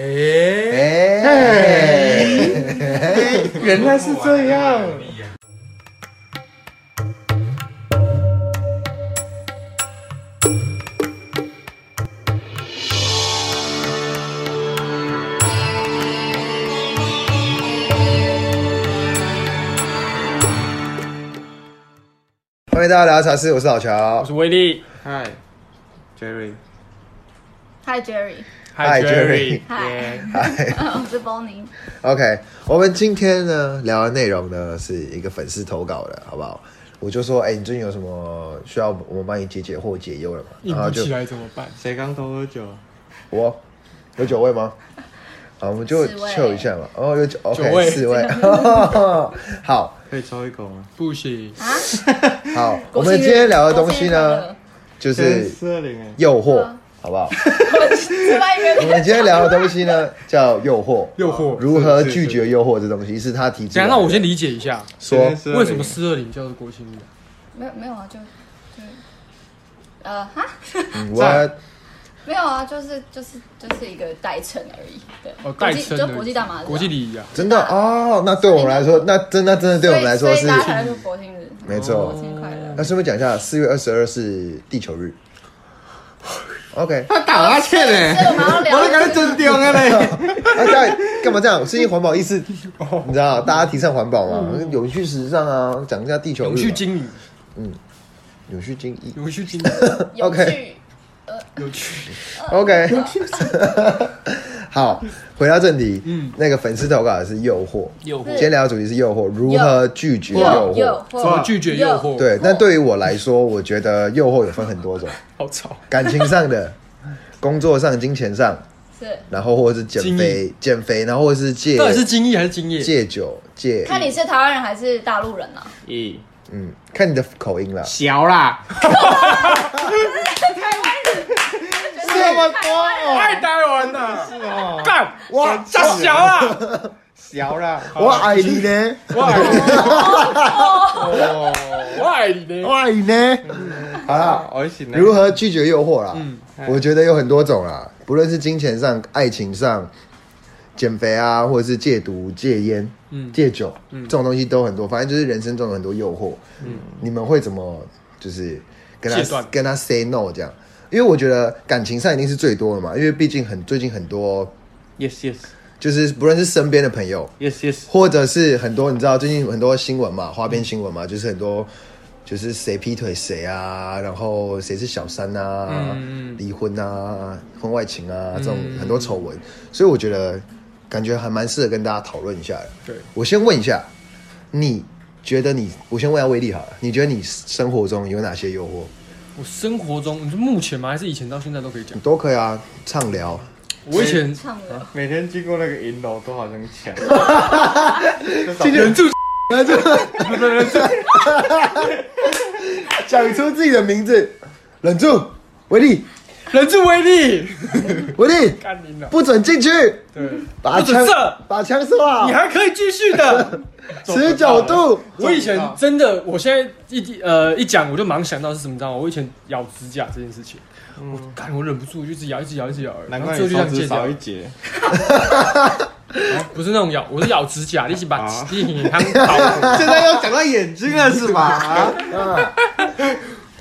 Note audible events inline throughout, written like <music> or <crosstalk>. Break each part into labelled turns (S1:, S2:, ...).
S1: 哎，
S2: 哎，原来是这样。
S3: 欢迎大家来到茶室，我是老
S1: 我
S3: 乔。
S1: 是威力，
S2: 嗨，Jerry，
S4: 嗨 Jerry，
S3: Hi,
S1: Jerry，
S4: Jerry
S1: 耶
S4: <laughs> 我是 Bonnie。
S3: OK，我们今天呢聊的内容呢是一个粉丝投稿的，好不好？我就说，哎、你最近有什么需要我们帮你解解惑解忧了吗？
S1: 硬
S3: 然后
S1: 不
S3: 就
S1: 起来怎么办？
S2: 谁刚偷喝酒？
S3: 我有酒味吗？好，我们就
S4: 四位
S3: 秀一下嘛。哦，有酒
S1: 九位
S3: ，OK，四位。哦好
S2: 可以抽一口吗？
S1: 不行，
S3: 好，我们今天聊的东西
S4: <laughs>
S3: 呢，就
S2: 这
S3: 是
S2: 四二零哎，
S3: 诱惑
S4: 嗯，
S3: 好不好？
S4: 此外一
S3: 我
S4: 个
S3: 们今天聊的东西呢叫诱惑，
S1: 诱惑。
S3: 如何
S2: 是是
S3: 拒绝诱惑这东西是他提出
S1: 等
S3: 来
S1: 一下，
S3: 的。
S1: 那我先理解一下，
S3: 说
S2: 今天420
S1: 为什么四二零叫做国庆日？
S4: 没有没有啊，就就呃哈， <laughs>
S3: 嗯
S1: 在
S3: 我
S4: 没有啊，就是就是就是一个代称而已。对，
S1: 哦，
S4: 国
S1: 代
S4: 际
S1: 称
S4: 就
S1: 的
S4: 国际大麻日啊，
S1: 国际礼仪啊。
S3: 真的哦，那对我们来说，那真那真的对我们来说
S4: 所
S3: 是
S4: 以所以大家才会说国庆日，
S3: 没错
S4: 国庆快乐。
S3: 那顺便讲一下，四月二十二是地球日。OK，
S2: 他打哈欠
S3: 呃
S4: 所以
S2: 哎，
S4: 我们要
S2: 我都
S4: 聊
S2: 感觉真丢啊 <laughs> 嘞。
S3: 那大家干嘛这样？最近环保意识，你知道，大家提倡环保嘛，永续时尚啊，讲一下地球日嘛
S1: 永续经营，
S3: 永续经营。
S1: 永续经
S4: 有
S3: OK
S4: 趣，
S1: 有趣。
S3: OK，好，回到正题，
S1: 嗯
S3: 那个粉丝投稿的是诱惑，
S1: 诱惑 <laughs>
S3: 今天聊的主题是诱惑，如何拒绝诱惑
S4: 有。
S1: 怎么拒绝诱惑？，
S3: 对，但对于我来说，我觉得诱惑有分很 <laughs> 多种，
S1: 好吵。
S3: 感情上的、工作上、金钱上，
S4: 是
S3: 然后或者是减
S1: 精
S3: 肥、减肥，然后或者是戒
S1: 到底是精益还是精液？
S3: 戒酒、戒，
S4: 看你是台湾人还是大陆人啊？
S2: 咦，
S3: 嗯，看你的口音啦。
S2: 小啦，
S3: 这么多，
S1: 哦太呆玩了，是哦。干哇，吓小啊！
S2: 小啦，
S3: 我爱你呢，
S1: 我爱你，我爱你
S3: 我
S1: 呢。
S3: 爱你呢。好啦，
S2: 啊我行了。
S3: 如何拒绝诱惑啦？
S1: 嗯
S3: 我觉得有很多种啦，不论是金钱上、爱情上、减肥啊，或者是戒毒、戒烟、
S1: 嗯嗯
S3: 戒酒，这种东西都很多。反正就是人生中有很多诱惑，你们会怎么就是跟
S1: 戒
S3: 他
S1: 断
S3: 跟他 say no 这样？因为我觉得感情上一定是最多的嘛，因为毕竟很最近很多
S2: Yes yes
S3: 就是不论是身边的朋友，
S2: yes yes，
S3: 或者是很多你知道最近很多新闻嘛，花边新闻嘛，就是很多就是谁劈腿谁啊，然后谁是小三啊，
S1: 嗯
S3: 离婚啊，婚外情啊，这种很多丑闻，所以我觉得感觉还蛮适合跟大家讨论一下的。
S1: 对，
S3: 我先问一下，你觉得你，我先问一下威力好了，你觉得你生活中有哪些诱惑？
S1: 我生活中，你是目前吗？还是以前到现在都可以讲
S3: 你？都可以啊，畅聊。
S1: 我以前
S4: 唱歌，
S2: 每天经过那个银楼都好像抢。 <laughs>
S1: <laughs> 忍住，
S3: 讲出自己的名字，忍住，威力，
S1: 忍住威力，
S3: 威力，
S1: 干你了。
S3: 不准进去，
S1: 对，
S3: 把
S1: 不准
S3: 枪
S1: 射，
S3: 把枪射
S1: 你
S3: 好，
S1: 还可以继续
S2: <laughs>
S1: 的。
S3: 持久度，
S1: 我以前真的，我现在一呃一讲，我就马上想到是什么，你知道吗？我以前咬指甲这件事情，我干，我忍不住，我就一直咬，一直咬，一直咬，
S2: 嗯难
S1: 然后
S2: 怪
S1: 最后
S2: 你
S1: 就这
S2: 手
S1: 样
S2: 指
S1: 戒掉
S2: 少
S1: 啊
S2: 一。截。
S1: 不是那种咬，我是咬指甲，你一起
S2: <laughs>
S1: 把
S2: 啊
S1: 你你汤
S2: <laughs>
S1: 倒。
S2: 现在要讲到眼睛了是吧？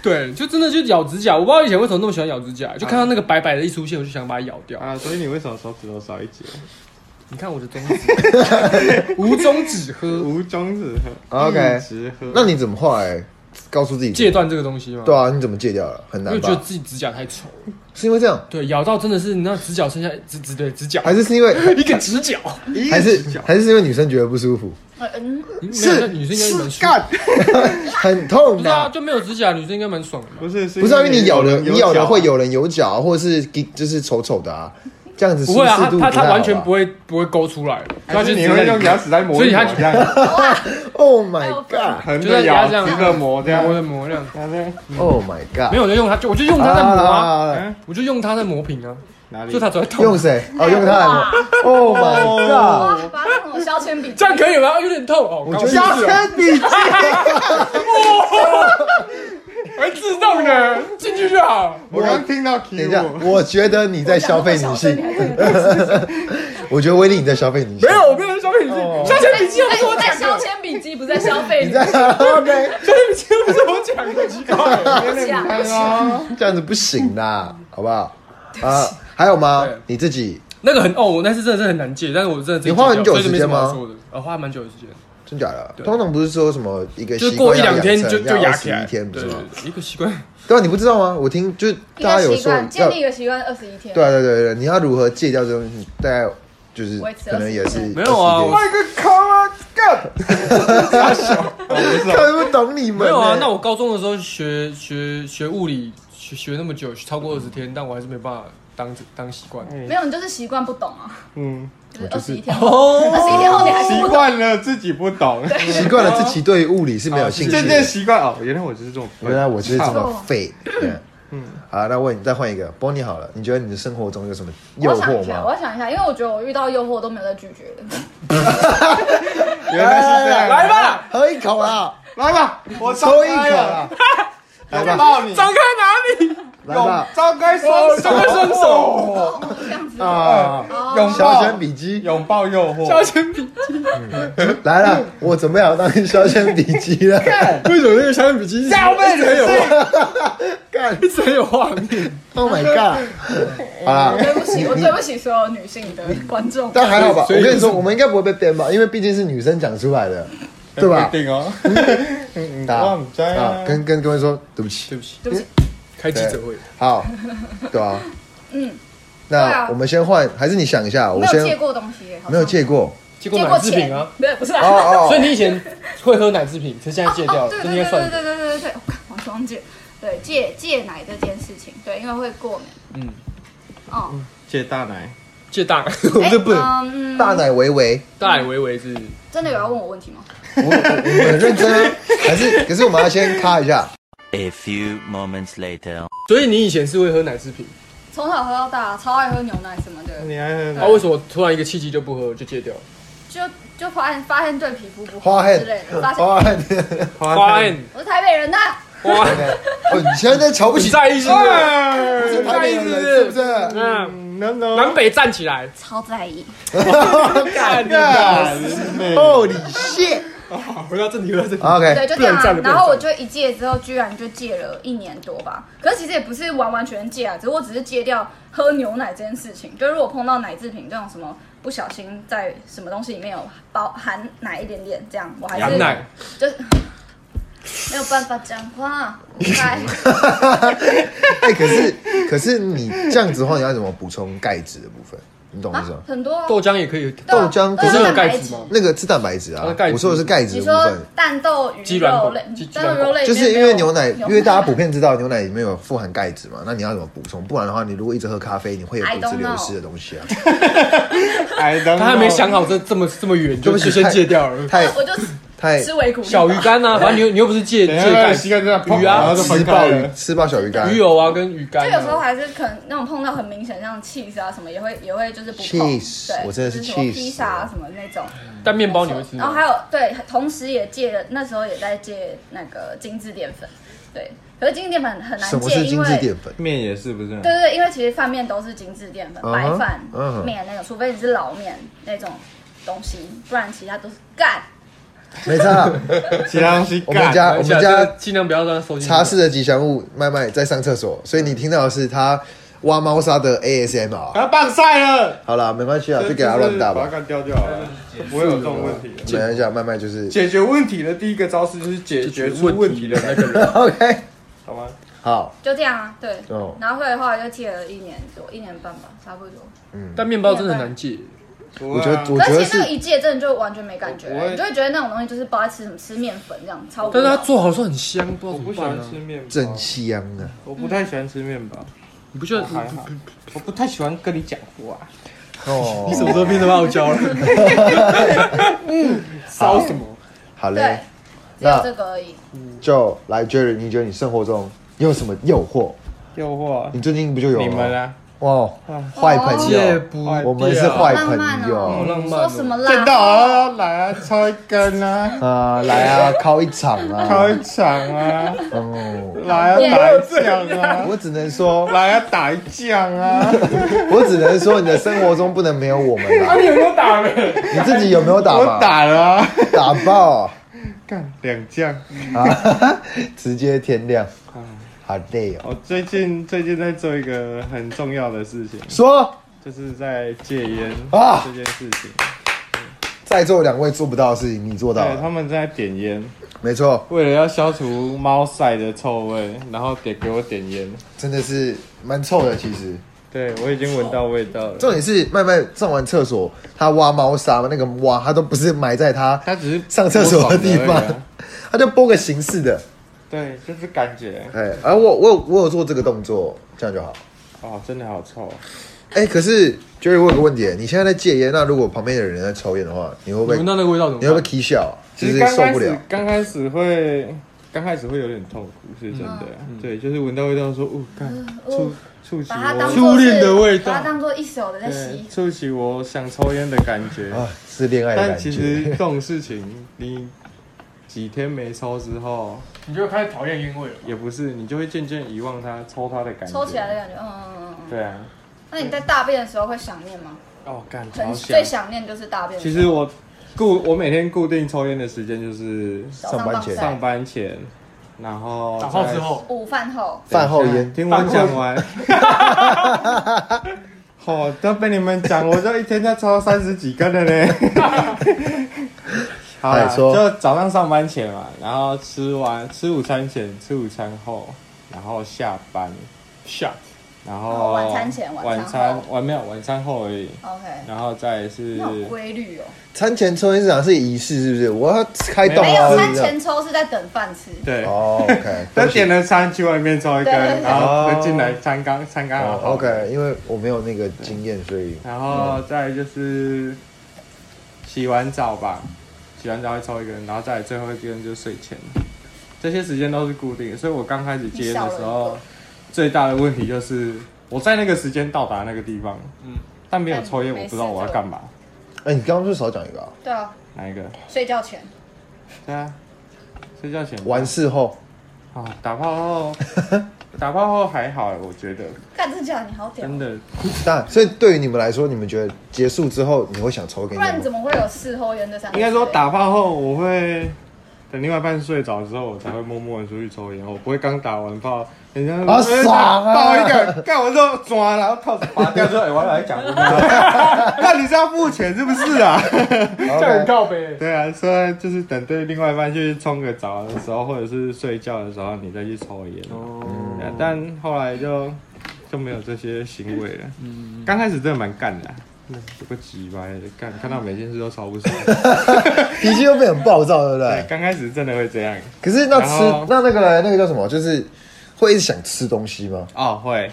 S1: 对，就真的就咬指甲，我不知道以前为什么那么喜欢咬指甲，就看到那个白白的一出现，我就想把它咬掉。
S2: <laughs> 啊，所以你为什么手指头少一截？
S1: 你看我的中指，
S2: <laughs>
S1: 无中指喝，
S2: 无中指喝
S3: 嗯 OK
S2: 一直喝。
S3: 那你怎么后来告诉自己
S1: 戒？断这个东西吗？
S3: 对，啊，你怎么戒掉了？很
S1: 因为
S3: 难
S1: 觉得
S3: 吧？
S1: 自己指甲太丑了。
S3: 是因为这样，
S1: 对，咬到真的是，你那指甲剩下指指对指甲，
S3: 还是是
S1: <laughs>
S3: 因为
S1: 一个指甲，
S2: 一
S3: 还
S2: 只
S3: 是
S2: 脚
S3: 还是因为女生觉得不舒服，
S4: 呃嗯，
S1: 嗯没有
S3: 是
S1: 那女生应该蛮
S3: 是
S1: 爽，
S3: 干， <laughs> 很
S1: 不
S3: 痛
S1: 是啊，
S3: 的。
S1: 就没有指甲，女生应该蛮爽的嘛。
S2: 不是，是
S3: 不是啊因为你咬了，你咬了
S2: 脚
S3: 会有人有角啊，或者是就是丑丑的啊，这样子
S1: 不会啊，
S3: 舒适
S1: 她
S3: 度
S1: 她
S3: 太好
S1: 她
S3: 吧
S1: 完全不会不会勾出来，她
S2: 还
S1: 就是
S2: 你
S1: 直接
S2: 会
S1: 在
S2: 用
S1: 里面
S2: 牙齿在磨
S1: 所以
S2: 一
S1: 他
S2: 磨，这样
S3: Oh my
S1: <laughs>
S2: 横
S1: 就在
S2: 着
S1: 牙
S2: 咬，
S1: 这样
S2: 直着磨，
S1: <laughs>
S2: 这样
S1: 磨的磨这样，
S2: 它这样
S3: God，Oh Oh my God，
S1: 没有我就用它，就我就用它在磨啊，
S3: 啊
S2: 嗯
S1: 我就用它在磨平啊，
S2: 哪里？
S1: 所以它才会
S3: 用
S1: 痛。
S3: 谁？哦，用它来磨。Oh my
S4: 哇，把它那种削铅笔，
S1: 这样可以吗？有点痛哦，我
S3: God，加铅笔，
S1: 还自动的进去就
S3: 哦
S1: 好。
S2: 我刚听到 Q，
S3: 等一下，我觉得你在消费女性， <laughs> 我觉得威力你在消费女性
S1: 没。有，我没有在消费女
S3: 哦
S1: 性，消费笔记又
S4: 哎
S1: 不是我
S5: 在
S1: 讲
S5: 消
S1: 的，
S5: 遣笔记，不是在消费
S3: 你
S5: 你。
S3: 在 OK，
S1: 消费笔记又不是我讲
S3: <laughs>
S1: 的，奇怪。
S3: 这样子不
S1: <laughs>
S3: 行啦，好不好？啊，还有吗
S1: 对？
S3: 你自己
S1: 那个很哦，我那次真的是很难戒，但是我真的自己
S3: 你花很久
S1: 戒掉所以就没什么
S3: 时间吗
S1: 好说的呃，花蛮久的时间，
S3: 真假的？
S1: 对
S3: 通常不是说什么一个
S1: 就
S3: 哎习
S1: 是过
S3: 惯
S1: 一
S3: 要
S1: 两天
S3: 养
S1: 就
S3: 成
S1: 就
S3: 要
S1: 牙
S3: 二
S1: 起
S3: 十
S1: 来，
S3: 一天，不
S1: 对
S3: 是
S1: 对
S3: 吗？
S1: 对，一个习惯。 <laughs>
S3: 对啊，你不知道吗？我听就是
S4: 一
S3: 大家
S4: 个
S3: 有
S4: 习
S3: 说
S4: 惯，
S3: 要
S4: 建立一个习惯，二十一天。
S3: 对啊对对对，你要如何戒掉这东西？你大概就是
S4: 维持
S3: 可能也是
S4: 20
S1: 没有啊
S3: 20
S1: 我
S2: 那个坑啊，干！我不知
S3: 天 <laughs>
S2: 道，
S3: 看不懂你们
S1: 没有啊
S3: 欸，
S1: 那我高中的时候学学学物理，学学那么久，超过二十天，但我还是没办法当当习惯。
S4: 没有，你就是习惯不懂啊，
S2: 嗯，
S4: 就是二十一天，
S1: 哦，
S4: 二十一天后你还是
S2: 习
S4: 不懂。
S2: 惯了自己不懂，
S3: 习惯了自己对物理是
S1: 啊
S3: 没有兴趣
S2: 渐渐
S3: 的。
S2: 习惯哦，原来我就是这种笨，
S3: 原来我就是这
S2: 操
S3: 么废。嗯，好，那问你再换一个 Bonnie 好了，你觉得你的生活中有什么诱
S4: 我想一
S3: 惑
S4: 下，我
S3: 吗？
S4: 要想一下，因为我觉得我遇到诱惑都没有在拒绝 <laughs> 的。
S2: 原来是这样，
S1: 来，吧，
S3: 喝一口啊，
S2: 来吧，我
S3: 抽一口啊，
S2: 来吧，抱你，
S1: 张开哪里？
S3: 来吧
S2: 张开
S1: 哦，张开双手，
S4: 这样子，
S3: 啊！
S4: 哦，
S3: 小卷笔记
S2: 拥抱诱
S1: 交
S2: 惑，
S1: 钱笔。
S3: 来了，我准备好当小卷笔记了。
S1: <laughs> 为什么那个消费笔记消费很有画
S3: <laughs>
S1: 面？一直很有画面。
S3: Oh my god！好啦，
S4: 对不起，我对不起所有女性的观众。
S3: 但还好吧。
S1: 所以
S3: 我跟你说，我们应该不会被编吧，因为毕竟是女生讲出来的，对吧
S2: 不一？定哦，嗯嗯，
S3: 啊
S2: 我唔知啊
S3: 啊，，跟跟各位说对不起。
S1: 对不起，
S4: 对不起，
S1: 开记者会。
S3: 好，对啊，
S4: 嗯，对
S3: 那
S4: 啊
S3: 我们先换，还是你想一下，我
S4: 没有
S3: 先
S4: 借过东西耶，好像
S3: 没有借过。
S1: 结果
S4: 借
S1: 奶
S4: 过
S1: 制品
S4: 钱
S1: 啊，，
S4: 对，不是
S3: 哦
S4: 啊。
S3: 哦，
S1: 所以你以前会喝奶制品，可是现在戒掉了，
S4: 哦对
S1: 这
S4: 对
S1: 应该
S4: 对对
S1: 算。
S4: 对对对对，我我双戒，对戒戒奶这件事情，对，因为会过敏。
S1: 嗯，
S4: 哦，
S2: 借大奶，
S1: 戒大 <laughs> 奶，我们
S4: 哎
S1: 这不能。
S4: 嗯
S3: 大奶维维，
S1: 大奶微微是
S4: 真的有要问我问题吗？
S3: 我我我很认真啊，还是可是我们要先咔一下。
S6: A few moments later.
S1: 所以你以前是会喝奶制品，
S4: 从小喝到大，超爱喝牛奶什么的，
S2: 你还喝
S1: 啊？为什么突然一个契机就不喝就戒掉了？
S4: 就就发现发现对皮肤不好
S3: 花
S4: 之
S3: 恨
S4: 类
S3: <laughs>
S4: 的，发，现
S3: 花恨。
S1: 花案，
S4: 我是台北人呐，
S1: 花 <laughs> 案，
S3: 哦，你现在瞧不
S1: 你
S3: 起哦
S1: 在意是不是？
S2: 哎
S1: 你在意是不
S3: 是不
S1: 是？
S3: 是？
S1: 嗯，
S2: 能能
S1: 南北站起来，
S4: 超在意。
S1: 干
S2: 干，
S3: 哦，你谢。
S1: 回到正题，回
S2: <laughs>
S1: 到正题。
S4: 对，
S3: OK，
S4: 就这样、
S1: 不能
S4: 啊
S1: 站的。
S4: 然后
S1: 不
S4: 我
S1: 能
S4: 就一戒之后，居然就戒了一年多吧。可是其实也不是完完全戒啊，只是我只是戒掉喝牛奶这件事情。就如果碰到奶制品这种什么不小心在什么东西里面有包含奶一点点这样，我还
S1: 羊
S4: 是
S1: 奶，
S4: 就是没有办法讲
S3: <laughs>
S4: 话。拜。
S3: 哎，可是可是你这样子的话，你要怎么补充钙质的部分？你懂我意思
S4: 啊
S3: 吗？，
S4: 很多啊
S1: 豆浆也可以，
S4: 对啊
S3: 豆浆可
S4: 对啊
S3: 是
S1: 有
S4: 蛋白
S1: 钙质吗
S3: 那个是蛋白质
S1: 它
S3: 啊
S1: 的钙，质
S3: 我说的是钙质
S4: 你
S3: 的
S4: 说
S3: 部
S4: 蛋豆
S1: 鸡
S4: 鱼
S1: 软
S4: 肉
S1: 骨
S4: 类
S1: 鸡，鸡
S4: 蛋
S1: 软
S4: 豆
S1: 骨
S4: 肉类
S3: 分，
S4: 里
S3: 就是
S4: 面
S3: 因
S4: 没
S3: 为
S4: 有
S3: 牛奶，
S4: 牛
S3: 因为大家普遍知道牛奶里面有富含钙质嘛，那你要怎么补充？不然的话，你如果一直喝咖啡，你会有
S4: I
S3: 骨质
S4: don't
S3: 流
S4: know
S3: 失的东西啊。
S2: 哎，
S1: 他还没想好这这么这么远，就就先戒掉了。
S3: 太
S4: <laughs> 我就
S3: 太
S4: 吃维骨力
S1: 小鱼
S4: 吧
S1: 干啊，反正你又你又不是戒
S2: 等
S1: 戒
S2: 一下那
S1: 钙
S2: 个，膝盖这样
S1: 鱼啊
S2: 然后就
S3: 吃
S2: 分
S3: 爆
S2: 开
S3: 鱼，
S2: 了，
S3: 吃爆小鱼干
S1: 鱼油啊跟鱼干
S4: 就
S1: 啊。
S4: 有时候还是可能那种碰到很明显像 cheese 啊什么，也会也会就是不碰。
S3: Cheese，
S4: 对，
S3: 我真的是
S4: 就是什么
S3: cheese
S4: 披萨啊什么那种。
S1: 但面包你会吃
S4: 然后
S1: 吗？
S4: 还有对，同时也戒了，那时候也在戒那个精致淀粉。对，可是精致淀粉很难
S3: 什么
S4: 戒，
S3: 是
S4: 因
S3: 精
S4: 为
S3: 致
S4: 对
S3: 淀粉？
S2: 面也是不是？
S4: 对对，因为其实饭面都是精致淀粉，
S3: 嗯哼
S4: 白饭
S3: 嗯哼
S4: 面那种，除非你是老面那种东西，不然其他都是干。
S3: 没差啦，
S2: 其他东西
S3: 我们
S2: 干，
S3: 家我们家
S1: 尽量不要让它收进去
S3: 茶室的吉祥物麦麦在上厕所，所以你听到的是他挖猫砂的 ASMR。
S2: 要棒晒了，
S3: 好啦，没关系啊，就给他乱打
S2: 把它
S3: 吧。
S2: 干掉就好了，不会有这种问题的。
S3: 没关系啊，麦麦就是
S2: 解决问题的第一个招式就是解决出问题的那个人，
S3: <laughs> OK。
S2: 好吗？
S3: 好，
S4: 就这样啊，对。
S3: 哦
S4: 然后后来后来就戒了一年多，一年半吧，差不多。
S1: 但面包真的很难戒，
S2: 我
S3: 我觉
S2: 啊
S3: 得我觉
S4: 可
S3: 得
S4: 是其实那个
S3: 是
S4: 一戒真的就完全没感觉
S2: 我不会，
S4: 你就会觉得那种东西就是不知道吃什么，吃面粉这样超无
S1: 但是它
S4: 聊。
S1: 做好的时候很香，不知道
S2: 我
S1: 怎
S2: 不
S1: 么
S2: 喜
S1: 办
S2: 欢
S1: 啊
S2: 吃。面包，
S3: 正气秧啊。
S2: 我不太喜欢吃面包，
S1: 你不觉得
S2: 我还好，我不太喜欢跟你讲话，
S3: 哦，
S1: 你什么时候变得傲娇了？烧什么？
S3: <laughs> 好
S4: 对
S3: 嘞，，
S4: 只有
S3: 那
S4: 这个而已。
S3: 就来 Jerry，你觉得你生活中有什么诱惑？
S2: 诱惑
S3: 你最近不就有
S2: 你
S3: 了吗
S2: 们啊，
S3: 哇，坏朋
S1: 戒
S3: 友，
S1: 不
S2: 我
S3: 我们是
S1: 掉
S3: 坏
S4: 浪漫
S3: 朋
S4: 哦，
S1: 好
S3: 友
S1: 浪漫哦
S4: 说什么
S2: 真
S4: 啦？
S2: 的啊，来啊，抽一根啊，
S3: 啊，来啊，靠一场啊，
S2: 抽一场啊，
S3: 哦，
S2: 来啊， <laughs> 打一酱啊，
S3: 我只能说，
S2: 来啊，打一酱
S3: <laughs>
S2: 啊，
S3: 我只能说，你的生活中不能没有我们啦
S2: <laughs>
S1: 啊，。你有没有打没？
S3: 你自己有没有打
S2: 我
S3: 吧？
S2: 打了啊，
S3: <laughs> 打爆，
S2: 干两酱。
S3: <laughs> 直接天亮，
S2: 嗯
S3: 好累哦。
S2: 我最近最近在做一个很重要的事情，
S3: 说，
S2: 就是在戒烟
S3: 啊
S2: 这件事情。
S3: 在座两位做不到的事情，你做到
S2: 对，他
S3: 了，
S2: 们在点烟，
S3: 没错，
S2: 为了要消除猫晒的臭味，然后点给我点烟。
S3: 真的是蛮臭的。其实，
S2: 对我已经闻到味道了。
S3: 重点是麦麦上完厕所，他挖猫砂那个挖，他都不是埋在他
S2: 它只是
S3: 上厕所的地
S2: 不爽 <laughs>
S3: 方
S2: 而已啊，
S3: 他就播个形式的。
S2: 对，就是感觉
S3: 哎，而、我我有我有做这个动作，这样就好。
S2: 哦，真的好臭。
S3: 哎、可是 Jerry，我有个问题，你现在在戒烟，那如果旁边的人在抽烟的话，你会不会
S1: 闻到那个味道怎么
S3: 你会不
S1: 办
S3: 会？起笑啊？就
S2: 其实
S3: 是
S2: 刚
S3: 受
S2: 开
S3: 不
S2: 始
S3: 了，
S2: 刚开始会刚开始会有点痛苦，是真的。
S3: 嗯
S2: 对，就是闻到味道说，哦，干触触及
S4: 把它
S2: 我
S4: 当做
S1: 初恋的味道
S4: 把它当做一手的在
S2: 对
S4: 吸，
S2: 触及我想抽烟的感觉。
S3: 啊，是恋爱的
S2: 但
S3: 感
S2: 其实这
S3: 觉。
S2: 种事情，你几天没抽之后，
S1: 你就开始讨厌烟味了。
S2: 也不是，你就会渐渐遗忘它抽它的感觉。
S4: 抽起来的。感觉，嗯嗯嗯嗯。
S2: 对啊。
S4: 那你在大便的时候会想念吗？
S2: 哦，感觉
S4: 很
S2: 好
S4: 最
S2: 想。
S4: 想念就是大便的时
S2: 其
S4: 候。
S2: 实我固我每天固定抽烟的时间就是
S4: 早上
S3: 上班
S4: 棒
S3: 前
S4: 晒
S2: 上班前，然后
S1: 打炮
S2: 在
S1: 之后，
S4: 午饭后，
S3: 饭后烟，
S2: 听我讲
S3: <laughs>
S2: 完。好、都被你们讲，我就一天在抽三十几根的嘞。
S3: <laughs>
S2: 好啦
S3: 哎说
S2: 就早上上班前嘛，然后吃完吃午餐前，吃午餐后，然后下班，
S1: 下
S2: 然
S4: 哦
S2: 后
S4: 晚餐前晚餐
S2: 晚餐晚没有晚餐后而已，
S4: OK，
S2: 然后再来是
S4: 那好规律哦。
S3: 餐前抽烟市场是仪式，是不是？我要开动
S2: 没
S4: 没
S3: 啊！
S4: 有
S3: 是
S4: 餐
S3: 这样
S4: 前抽是在等饭吃，
S2: 对，
S3: 哦，OK，
S2: <laughs> 他点了餐去外面抽一根，
S4: 对对对
S2: 然后再进来餐刚餐刚好
S3: 哦。OK，因为我没有那个经验，所以
S2: 然后再就是洗完澡吧，洗完澡会抽一根，然后再来最后一根就是睡前，这些时间都是固定的。所以我刚开始接的时
S4: 你少了一
S2: 候
S4: 个，
S2: 最大的问题就是我在那个时间到达那个地方，
S1: 嗯
S2: 嗯，但没有抽烟，我不知道我要干嘛。
S3: 哎，你刚刚是不是少讲一个啊，
S4: 对啊，
S2: 哪一个？
S4: 睡觉前
S2: 对啊，睡觉前
S3: 完事后
S2: 啊，打炮
S4: <laughs>
S2: 后，打炮后还好，我觉得
S4: 干这假的你好屌，啊
S2: 真的
S3: 但所以对于你们来说，你们觉得结束之后你会想抽给
S4: 不
S3: 你们
S4: 然
S3: 吗？
S4: 怎么会有事后烟这三个
S2: 应
S4: 字？
S2: 该
S4: 哎
S2: 说打炮后，我会等另外一半睡着之后，我才会默默的出去抽烟。我不会刚打完炮，人家
S3: 啊爽啊
S2: 抱一个，干完之后抓，然后套子拔掉之后，哎、我要来讲故事了。 <laughs> 那你是要付钱是不是啊？ <laughs>
S1: 这样很告呗。
S2: 对啊，所以就是等对另外一半去冲个澡的时候，或者是睡觉的时候，你再去抽烟。
S1: 哦，
S2: 对啊但后来就就没有这些行为了。刚开始真的蛮干的啊、有个急白的干，看到每件事都超不爽。 <laughs>
S3: 脾气又变很暴躁，对不
S2: 对
S3: 对，？
S2: 刚开始真的会这样。
S3: 可是那吃
S2: 然后
S3: 那那个嘞那个叫什么？就是会一直想吃东西吗？
S2: 哦，会，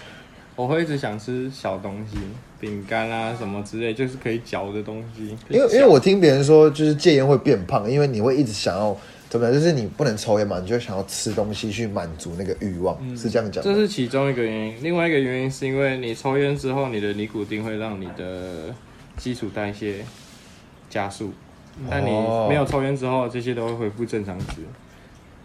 S2: 我会一直想吃小东西，饼干啊什么之类，就是可以嚼的东西。
S3: 因为因为我听别人说，就是戒烟会变胖，因为你会一直想要怎么样？就是你不能抽烟嘛，你就想要吃东西去满足那个欲望，是这样讲
S2: 这
S3: 吗？
S2: 是其中一个原因，另外一个原因是因为你抽烟之后，你的尼古丁会让你的基础代谢加速，但你
S3: 哦
S2: 没有抽烟之后，这些都会恢复正常值，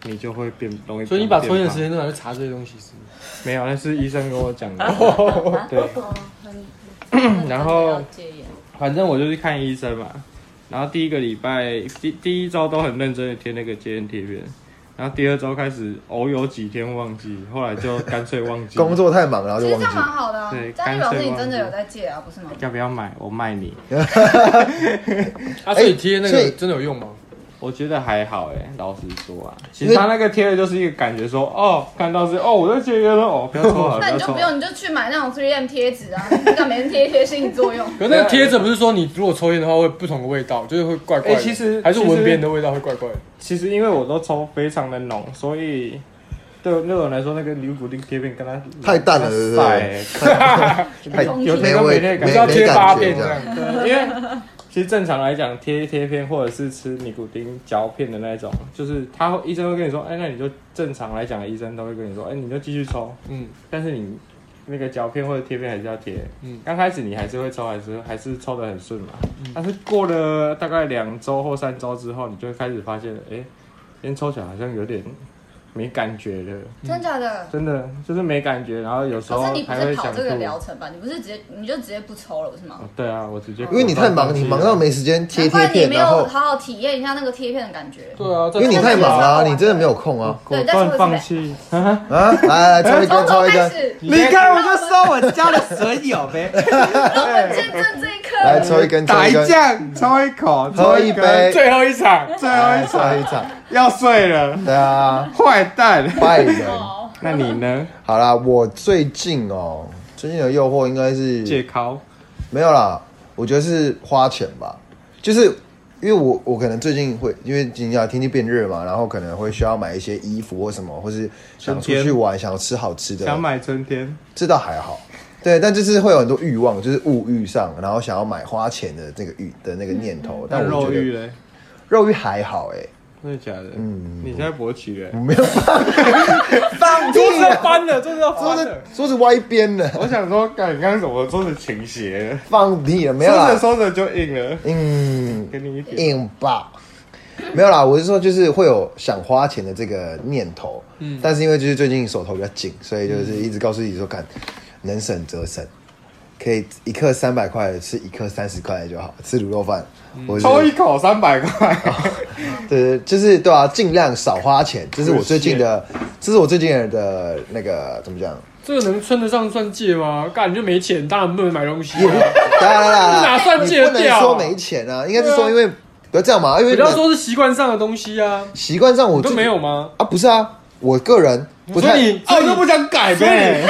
S2: 你就会变容易变胖。
S1: 所以你把抽烟的时间都拿去查这些东西是吗？
S2: 没有，那是医生跟我讲
S4: 啊
S2: 的。 <laughs> 对，
S4: 哦
S2: 然后
S4: 戒烟，
S2: 反正我就去看医生嘛，然后第一个礼拜第第一周都很认真的贴那个戒烟贴片，然后第二周开始偶有几天忘记，后来就干脆忘
S3: <laughs>
S2: 记。
S3: 工作太忙，然后
S4: 其
S3: 就
S4: 实
S3: 忘
S4: 这
S3: 记
S4: 样。蛮好的啊
S2: 对，
S4: 这样就表示你真的有在戒啊，不是吗？
S2: 要不要买？我卖你。
S1: 啊，所以贴那
S3: 哎所以
S1: 个真的有用吗？
S2: 我觉得还好哎、老实说啊，其实他那个贴的就是一个感觉说，哦，看到是哦，我在戒烟了，哦，不要抽好了，不
S4: 那
S2: 要
S4: 你
S2: 抽
S4: 就
S2: 好
S4: 不
S2: 了。
S4: 用，你就去买那种 3M 贴纸啊， <laughs> 你干每天贴一贴心理作用。
S1: 可是那个贴着不是说你如果抽烟的话会不同的味道，就是会怪怪的。
S2: 哎其实
S1: 还是
S2: 其
S1: 闻
S2: 实
S1: 别人的味道会怪怪的。
S2: 其实因为我都抽非常的浓，所以对对我来说，那个尼古丁贴片跟它
S3: 太淡了对不对
S2: 晒欸
S3: 太
S2: 有
S3: 没味，没
S2: 感
S1: 你知
S3: 没
S2: 觉
S1: 道
S3: 感
S1: 贴八
S3: 觉
S1: 遍
S3: 这
S1: 这
S3: 样。
S1: 样，
S2: 对，因为其实正常来讲，贴贴片或者是吃尼古丁嚼片的那种，就是他会医生会跟你说，哎、那你就正常来讲，医生都会跟你说，哎、你就继续抽，
S1: 嗯，
S2: 但是你那个脚片或者贴片还是要贴。
S1: 嗯
S2: 刚开始你还是会抽，还是还是抽的很顺嘛。
S3: 嗯
S2: 但是过了大概两周或三周之后，你就会开始发现，哎、今天抽起来好像有点没感觉了，
S4: 真假的？
S2: 真的就是没感觉。然后有时候
S4: 可是你不
S2: 啊还会
S4: 是跑
S2: 想
S4: 这个
S2: 吐。
S4: 疗程吧？你不是直接你就直接不抽了是吗？
S2: 哦对啊，我直接
S3: 因为你太忙，你忙到没时间贴贴
S4: 难怪你
S3: 片，
S4: 没
S3: 然
S4: 有
S3: 后
S4: 好好体验一下那个贴片的感觉。
S1: 对啊，
S3: 因为你太忙了、
S4: 这个
S3: 你真的没有空啊
S2: 果
S4: 对但是
S2: 断
S4: 我是
S2: 放
S4: 没 <laughs>
S2: 弃。 <laughs>
S3: 啊！来来，抽一根，
S4: 从头
S3: 抽一根，
S4: 开始，
S5: 你看我就说我家的损友
S3: <laughs>
S5: 呗，
S4: 让我见证这一刻。
S3: 来抽一根，抽
S5: 打
S3: 一
S5: 一
S3: 根，
S5: 酱，抽一口，
S3: 喝
S5: 抽
S3: 一
S5: 根
S3: 杯，
S2: <laughs> 最后一场，
S5: 最后一
S3: 抽一
S5: 场
S3: 场，
S5: 要睡
S2: <laughs>
S5: 了，
S3: 对啊，
S5: 坏蛋。
S3: 坏人。
S4: 哦
S2: 那你呢？
S3: 好啦，我最近哦，最近的诱惑应该是
S2: 借考
S3: 没有啦，我觉得是花钱吧，就是因为我我可能最近会因为今天天气变热嘛，然后可能会需要买一些衣服或什么，或是想出
S2: 春
S3: 去
S2: 天
S3: 玩，想要吃好吃的，
S2: 想买春天，
S3: 这倒还好。对，但就是会有很多欲望，就是物欲上，然后想要买花钱的这个欲的那个念头。但
S2: 那
S3: 我
S2: 嗯肉
S3: 觉
S2: 欲
S3: 得
S2: 嘞？
S3: 肉欲还好哎、
S2: 真的假的？嗯，你现在勃起了欸。
S3: 放屁
S1: 桌子要
S3: 了，
S1: 翻了，桌子要
S3: 桌
S1: 翻
S3: 子
S1: 了，
S3: 桌子歪边了，
S2: 我想说，干刚刚怎么说的倾斜了？
S3: 放屁了，没有
S2: 说
S3: 啦
S2: 着，说着就硬了，
S3: 嗯。
S2: 给你一点。
S3: 硬爆。没有啦，我是说就是会有想花钱的这个念头，嗯，但是因为就是最近手头比较紧，所以就是一直告诉自己说，干能省则省，可以一克三百块吃一克三十块就好，吃卤肉饭，
S1: 嗯
S3: 我
S2: 抽
S3: 觉
S2: 一
S3: 得
S2: 口三百块，
S3: 哦对，就是对啊，尽量少花钱，这是我最近的，这是我最近的那个怎么讲？
S1: 这个能称得上算借吗？干，你就没钱，当然不能买东西啊。
S3: 来来来，
S1: 哪算
S3: 你
S1: 戒
S3: 不能
S1: 掉
S3: 说
S1: 啊
S3: 没钱啊，应该是说因为不要这样嘛，因为
S1: 不要说是习惯上的东西啊，
S3: 习惯上我
S1: 你都
S3: 自己
S1: 没有吗？
S3: 啊，不是啊，我个人不
S1: 所
S3: 太
S1: 以你，
S2: 啊我都不想改呗。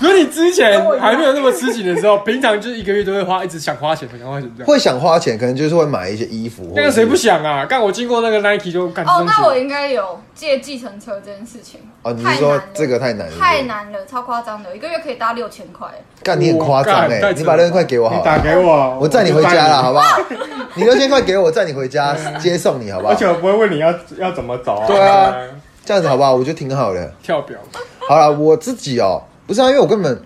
S1: 所以你之前还没有那么吃紧的时候，平常就是一个月都会花，一直想花钱，想花钱这样。
S3: 会想花钱，可能就是会买一些衣服。
S1: 那个谁不
S3: 或者是？
S1: 想啊？干，我经过那个 Nike 就干。
S4: 哦，那我
S1: 这种
S4: 应该有借计程车这件事情。
S3: 哦你是
S4: 太
S3: 说
S4: 难了
S3: 这个太难了
S4: 太难了，超夸张的，一个月可以搭六千块。
S3: 干你很夸张
S1: 我干
S3: 哎！
S1: 太
S3: 你把六千块给我好
S2: 你打
S3: 了，
S2: 给我，
S3: 我载你回
S2: 就载
S3: 家了，好不好？你六千块给我，载你回家，接送你，好不好
S2: 而？且我不会问你要要怎么走。
S3: 对啊，这样子好不好？我觉得挺好的。
S1: 跳表，
S3: 好了，我自己哦，不是啊，因为我根本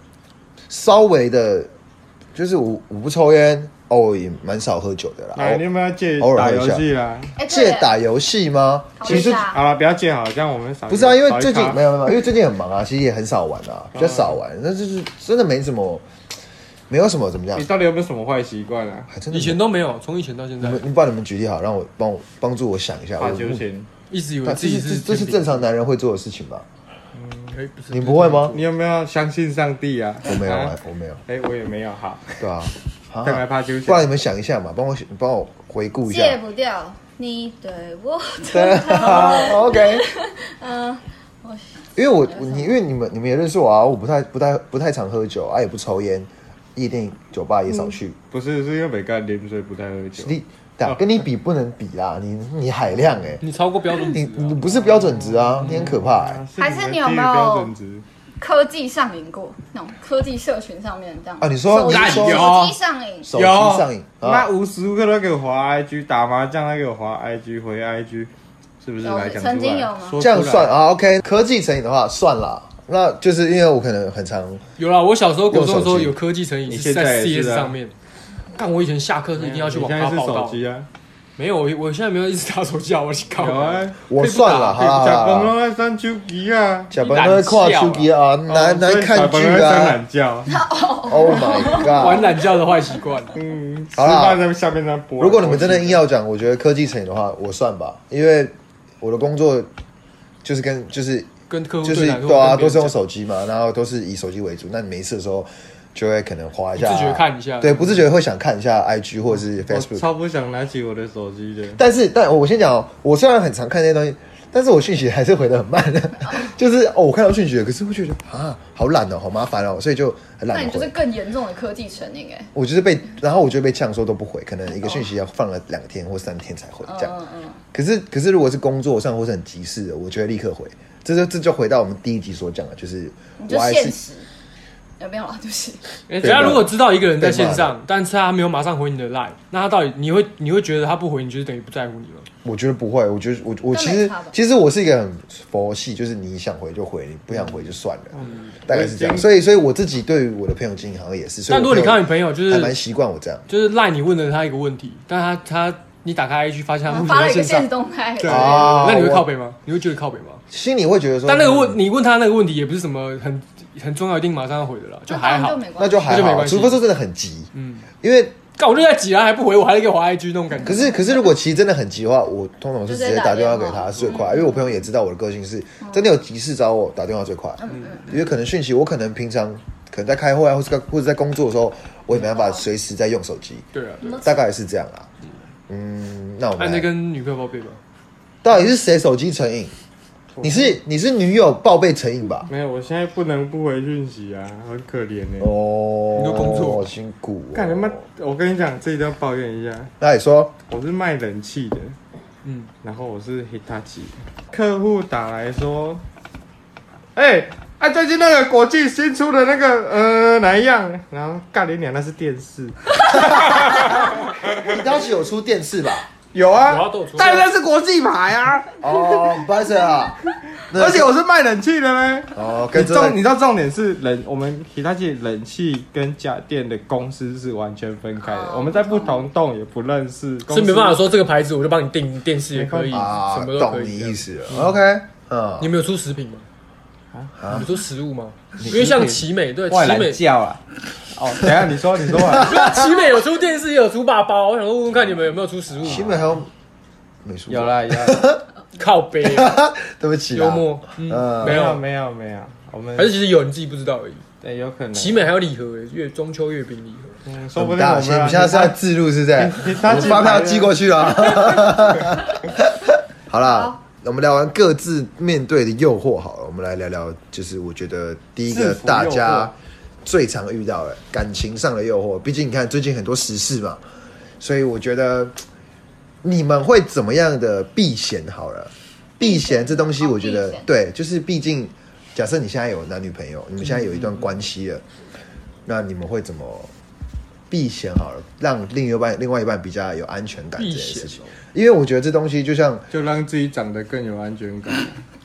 S3: 稍微的，就是我我不抽烟，哦，我也蛮少喝酒的啦。
S2: 来，你
S3: 哦
S2: 有没有借
S3: 偶尔
S2: 打
S3: 喝一
S2: 游
S3: 下
S2: 戏啦？
S4: 哎，
S3: 借
S4: 对
S3: 打游戏吗？
S4: 考
S3: 其
S4: 虑一
S3: 实
S4: 下
S2: 好了，不要借好，这样我们少一。
S3: 不是啊，因为
S2: 哎少一
S3: 最近
S2: 咖
S3: 没有没有，因为最近很忙啊，其实也很少玩啊，比较少玩，那就是真的没什么，没有什么怎么讲
S2: 你，到底有没有什么坏习惯啊？
S3: 哎还真的
S1: 以
S3: 没
S1: 前都没有，从以前到现
S3: 你
S1: 在
S3: 们，你帮你们举例好，让我帮我帮助我想一下。
S2: 怕
S3: 哎我
S2: 酒钱。
S1: 一直以为
S3: 但
S1: 自
S3: 这
S1: 己
S3: 是
S1: 是
S3: 这这是正常男人会做的事情吧？
S1: 哎，不是
S3: 你不会吗？
S2: 你有没有相信上帝啊？
S3: 我没有
S2: 啊
S3: 啊，。我没有，
S2: <laughs> 哎，我也没有。好，
S1: <laughs>
S3: 对啊，啊
S2: 再来怕酒
S3: 不然
S2: 钱。
S3: 你们想一下嘛，帮我想帮我回顾一下
S4: 戒。不掉你对我
S3: 对啊
S4: 的
S3: ，OK。
S4: 嗯，
S3: 因为我你因为你们你们也认识我啊，我不太不太不太常喝酒啊，也不抽烟，夜店酒吧也少去。
S2: 不是，是因为没干练，所以不太啊喝酒。
S1: 哦
S3: 你打跟你比不能比啦，你你海量哎，
S1: 你超过标准值
S3: 你
S1: 啊。
S3: 你不是标准值啊，你很可怕哎。
S1: 嗯
S4: 还是你有
S2: 们
S4: 没
S2: 低于
S4: 有
S2: 标准值？
S4: 科技上瘾过，那种科技社群上面这样
S3: 啊你说
S4: 手机
S3: 你说
S4: 手机上瘾，
S3: 手机上瘾
S2: 那
S3: 啊，
S2: 无时无刻都给我滑 IG，打麻将都给我滑 IG，回 IG，是不是
S4: 有
S2: 来讲出来？
S4: 曾经有吗
S2: 说出来
S3: 这样算啊？OK，科技成瘾的话算啦，那就是因为我可能很常
S1: 有啦，我小时候国中的时
S3: 用手
S1: 候
S3: 机
S1: 有科技成瘾，
S2: 你
S1: 是
S2: 现在
S1: 在
S2: 也是
S1: CS
S2: 啊哎
S1: 上面。干，我以前下课是一定要去网
S2: 你
S1: 咖
S2: 现在是
S1: 报
S2: 手
S1: 道。
S2: 机啊，
S1: 没有，我我现在没有一直打手机啊，我去靠
S2: 有。啊，
S3: 我算了，好啦
S2: 小
S3: 好
S2: 朋
S3: 啦
S2: 友在删手机啊，
S3: 小朋友会跨手机啊，
S1: 哦
S3: 难难看
S2: 所以小朋友
S3: 剧
S2: 在删
S3: 啊
S2: 懒觉，
S3: ，Oh my
S1: <laughs> 玩
S3: god！
S1: 懒觉的坏习惯，
S2: 嗯，吃
S3: 好啦
S2: 饭在下面在播。
S3: 如果你们真的硬要讲，我觉得科技成瘾的话，我算吧，因为我的工作就是跟就是
S1: 跟客户
S3: 就
S1: 对
S3: 是
S1: 打，
S3: 对
S1: 跟别
S3: 啊，
S1: 人
S3: 都是用
S1: 讲
S3: 手机嘛，然后都是以手机为主。那你没事的时候就会可能滑一下，
S1: 不自觉看一下
S3: 啊对，不自觉会想看一下 IG 或者是
S2: 我
S3: Facebook，
S2: 超不想拿起我的手机的，
S3: 但是，但我先讲哦，我虽然很常看这些东西，但是我讯息还是回的很慢的， <laughs> 就是哦，我看到讯息了，可是会觉得啊，好懒哦，好麻烦哦，所以就很
S4: 那
S3: 懒
S4: 你
S3: 得
S4: 就是
S3: 回。
S4: 更严重的科技成瘾哎。
S3: 我就是被，然后我就被呛说都不回，可能一个讯息要放了两天或三天才回这样。
S4: 哦嗯嗯
S3: 可是，可是如果是工作上或是很急事的，我就会立刻回。这就这就回到我们第一集所讲的，就是
S4: 嗯，你
S3: 我
S4: 就
S3: 还
S4: 现
S3: 是
S4: 实，呃没有啦，对不起，
S2: 因为
S1: 哎等
S2: 只
S1: 下
S2: 要
S1: 如
S2: 如
S1: 果
S2: 果
S1: 知道一个人在线
S3: 被骂
S1: 上，但是他没有马上回你的 line，那他到底你会你会觉得他不回你，就是等于不在乎你吗？
S3: 我觉得不会，我觉得我我
S4: 那
S3: 其
S4: 没
S3: 实
S4: 差吧
S3: 其实我是一个很佛系，就是你想回就回，你不想回就算了，
S1: 嗯
S3: 大概是这
S2: 我已
S3: 样。
S2: 经
S3: 所以所以我自己对于我的朋友经营好像也是。所以
S1: 但
S3: 我
S1: 如果你看到你
S3: 朋
S1: 朋友就
S3: 友还蛮
S1: 是
S3: 习惯我这样。
S1: 就是 line 你问了他一个问题，但他他你打开 IG 发现他目前
S4: 发了
S1: 在
S4: 一个
S1: 线
S4: 现
S1: 上，
S4: 实动态，
S1: 对，
S3: 哦
S1: 那你会
S3: 我
S1: 靠北吗？你会觉得靠北吗？
S3: 心里会觉得说，
S1: 但那个
S3: 嗯
S1: 问你问他那个问题也不是什么很很重要，一定马上要回的啦，就
S4: 那
S1: 还
S4: 当然
S1: 好
S4: 就。没关
S3: 那
S4: 系。
S3: 就还
S1: 那就没
S3: 好，
S1: 关系
S3: 除非说真的很急，
S1: 嗯，
S3: 因为
S1: 干我就在挤啊，还不回我，还在给我 IG 那种感觉。
S3: 可是可是如果其实真的很急的话，我通常是直接打电话给他
S4: 就是打电话嗯
S3: 是最快，因为我朋友也知道我的个性是真的有急事找我打电话最快，
S4: 嗯
S3: 因为可能讯息我可能平常可能在开会啊，或是或者在工作的时候，我也没办法随时在用手机，
S1: 对啊，对啊
S3: 大概是这样啦。嗯，那我
S1: 那
S3: 们
S1: 你
S3: 来
S1: 在跟女朋友报备吧。
S3: 到底是谁手机成瘾？你是你是女友报备成瘾吧？
S2: 没有，我现在不能不回讯息啊，很可怜呢、
S3: 哦，
S1: 你都工作
S3: 好辛苦、哦，
S2: 干他妈！我跟你讲，这一定要抱怨一下，
S3: 那你说
S2: 我是卖冷气的，
S1: 嗯，
S2: 然后我是 Hitachi，客户打来说，哎、啊，最近那个国际新出的那个呃哪一样？然后干你娘，那是电视，
S3: 你当时有出电视吧？
S2: 有
S1: 我
S2: 啊
S1: 要，斗出
S2: 但那是国际牌啊，
S3: 哦， <laughs> 不好意思啊，那
S2: 而且我是卖冷气的呗。
S3: 哦，
S2: 你
S3: 跟
S2: 重，你
S3: 重
S2: 知道重点是冷，我们 Hitachi 冷气跟家电的公司是完全分开的，
S4: 哦
S2: 我们在不同栋也不认识，公
S1: 所
S2: 司
S1: 以没办法说这个牌子我就帮你订电视也可以，
S2: 没
S3: 啊
S1: 什，么都可
S3: 懂
S1: 以
S3: 你
S1: 这
S3: 意
S1: 样。
S3: 思了。OK，嗯，
S1: 你们有出食品吗？
S3: 啊
S1: 你们出食物吗？因为像奇美，对
S5: 外
S1: 奇
S5: 来
S1: 美，
S5: 叫啊，
S2: 哦，等一下你说你说完，
S1: <laughs> 奇美有出电视，也有出爸包。我想问问看你们有没有出食物？
S3: 新美还有美术
S5: 有，啦有啦，
S1: 靠背啊，
S3: 对不起，
S1: 幽，默，嗯，
S3: 嗯，
S1: 没
S2: 没
S1: 有
S2: 有没有没有，我们
S1: 还是其实有你自己不知道而已。
S2: 对有可能，
S1: 奇美还有礼盒，月中秋月饼礼盒。
S2: 嗯说不
S3: 很
S2: 定我
S3: 大，
S2: 们
S3: 现在现在是要自录是不
S2: 你
S3: 是？
S2: 他
S3: 我发票寄过去了。好啦
S4: 好，
S3: 我们聊完各自面对的诱惑，好了，我们来聊聊，就是我觉得第一个
S2: 制服诱
S3: 大
S2: 惑
S3: 家最常遇到的感情上的诱惑。毕竟你看最近很多时事嘛，所以我觉得你们会怎么样的避嫌？好了，避嫌这东西，
S4: 哦
S3: 我觉得
S4: 避嫌
S3: 对，就是毕竟假设你现在有男女朋友，你们现在有一段关系了，那你们会怎么？避嫌好了，让另一半另外一半比较有安全感这
S1: 避
S3: 件
S1: 嫌哦
S3: 事情，因为我觉得这东西就像
S2: 就让自己长得更有安全
S3: <laughs>
S2: 感。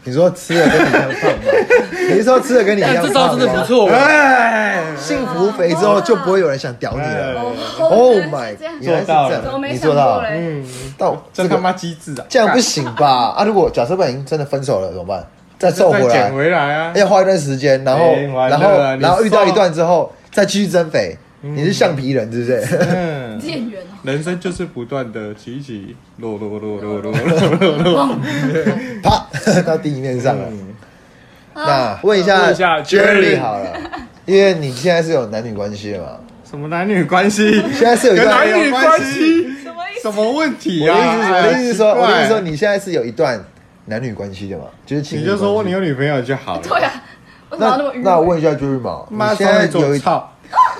S3: 你说吃的跟你一样胖吗？
S1: <laughs>
S3: 你是说吃的跟你一
S1: 但
S3: 样
S1: 这招
S3: 胖
S1: 真的啊不
S3: 吗？
S1: 错，
S2: 哎，
S3: 幸福肥之后就不会有人想屌你
S1: 哎
S3: 了。
S4: 哦
S3: Oh
S4: 原来
S3: my，
S4: 是这样
S3: 原来是
S2: 做到
S3: 这
S2: 了
S4: 怎么
S3: 样，
S4: 没
S3: 你
S4: 想
S3: 做
S4: 过
S3: 到，
S4: 嘞？
S2: 嗯，
S3: 到
S2: 真
S3: 这
S2: 他
S3: 个
S2: 妈机智啊！
S3: 这样不行吧？啊，如果假设不小心真的分手了怎么办？再
S2: 再
S3: 瘦回
S2: 捡
S3: 来，
S2: 回来啊！
S3: 要花一段时间，然后
S2: 哎完了
S3: 然后
S2: 你嗯
S3: 然后遇到
S2: 瘦
S3: 一段之后再继续增肥，你是橡皮人是不是？
S2: 嗯，
S4: 店员哦，
S2: 人生就是不断的起起落落落落落落落落。
S3: 啪 <laughs> 到地面上了。那问一
S1: 问一
S2: 啊
S1: 下
S3: 下
S1: Jerry
S3: Jerry 好了，因为你现在是有男女关系了嘛？
S2: <laughs> 什么男女关系？
S3: 现在是有一
S2: 跟
S3: 段
S2: 男女关系
S4: 什么意思？
S2: 什么问题
S3: 我的意思是，
S2: 啊？
S3: 我的意思是说，
S2: 哎
S3: 我的意思是说，
S2: 奇怪
S3: 你现在是有一段男女关系的嘛？就是情
S2: 你
S3: 侣
S2: 就说
S3: 关系
S2: 你有女朋友就好
S4: 对
S2: 了。
S4: 啊，为什
S3: 那
S4: 么要那么愚
S3: 那我
S4: 昧？
S3: 问一下 Jerry 嘛，你
S2: 妈，
S3: 现在
S2: 双鱼座
S3: 有一
S2: 操，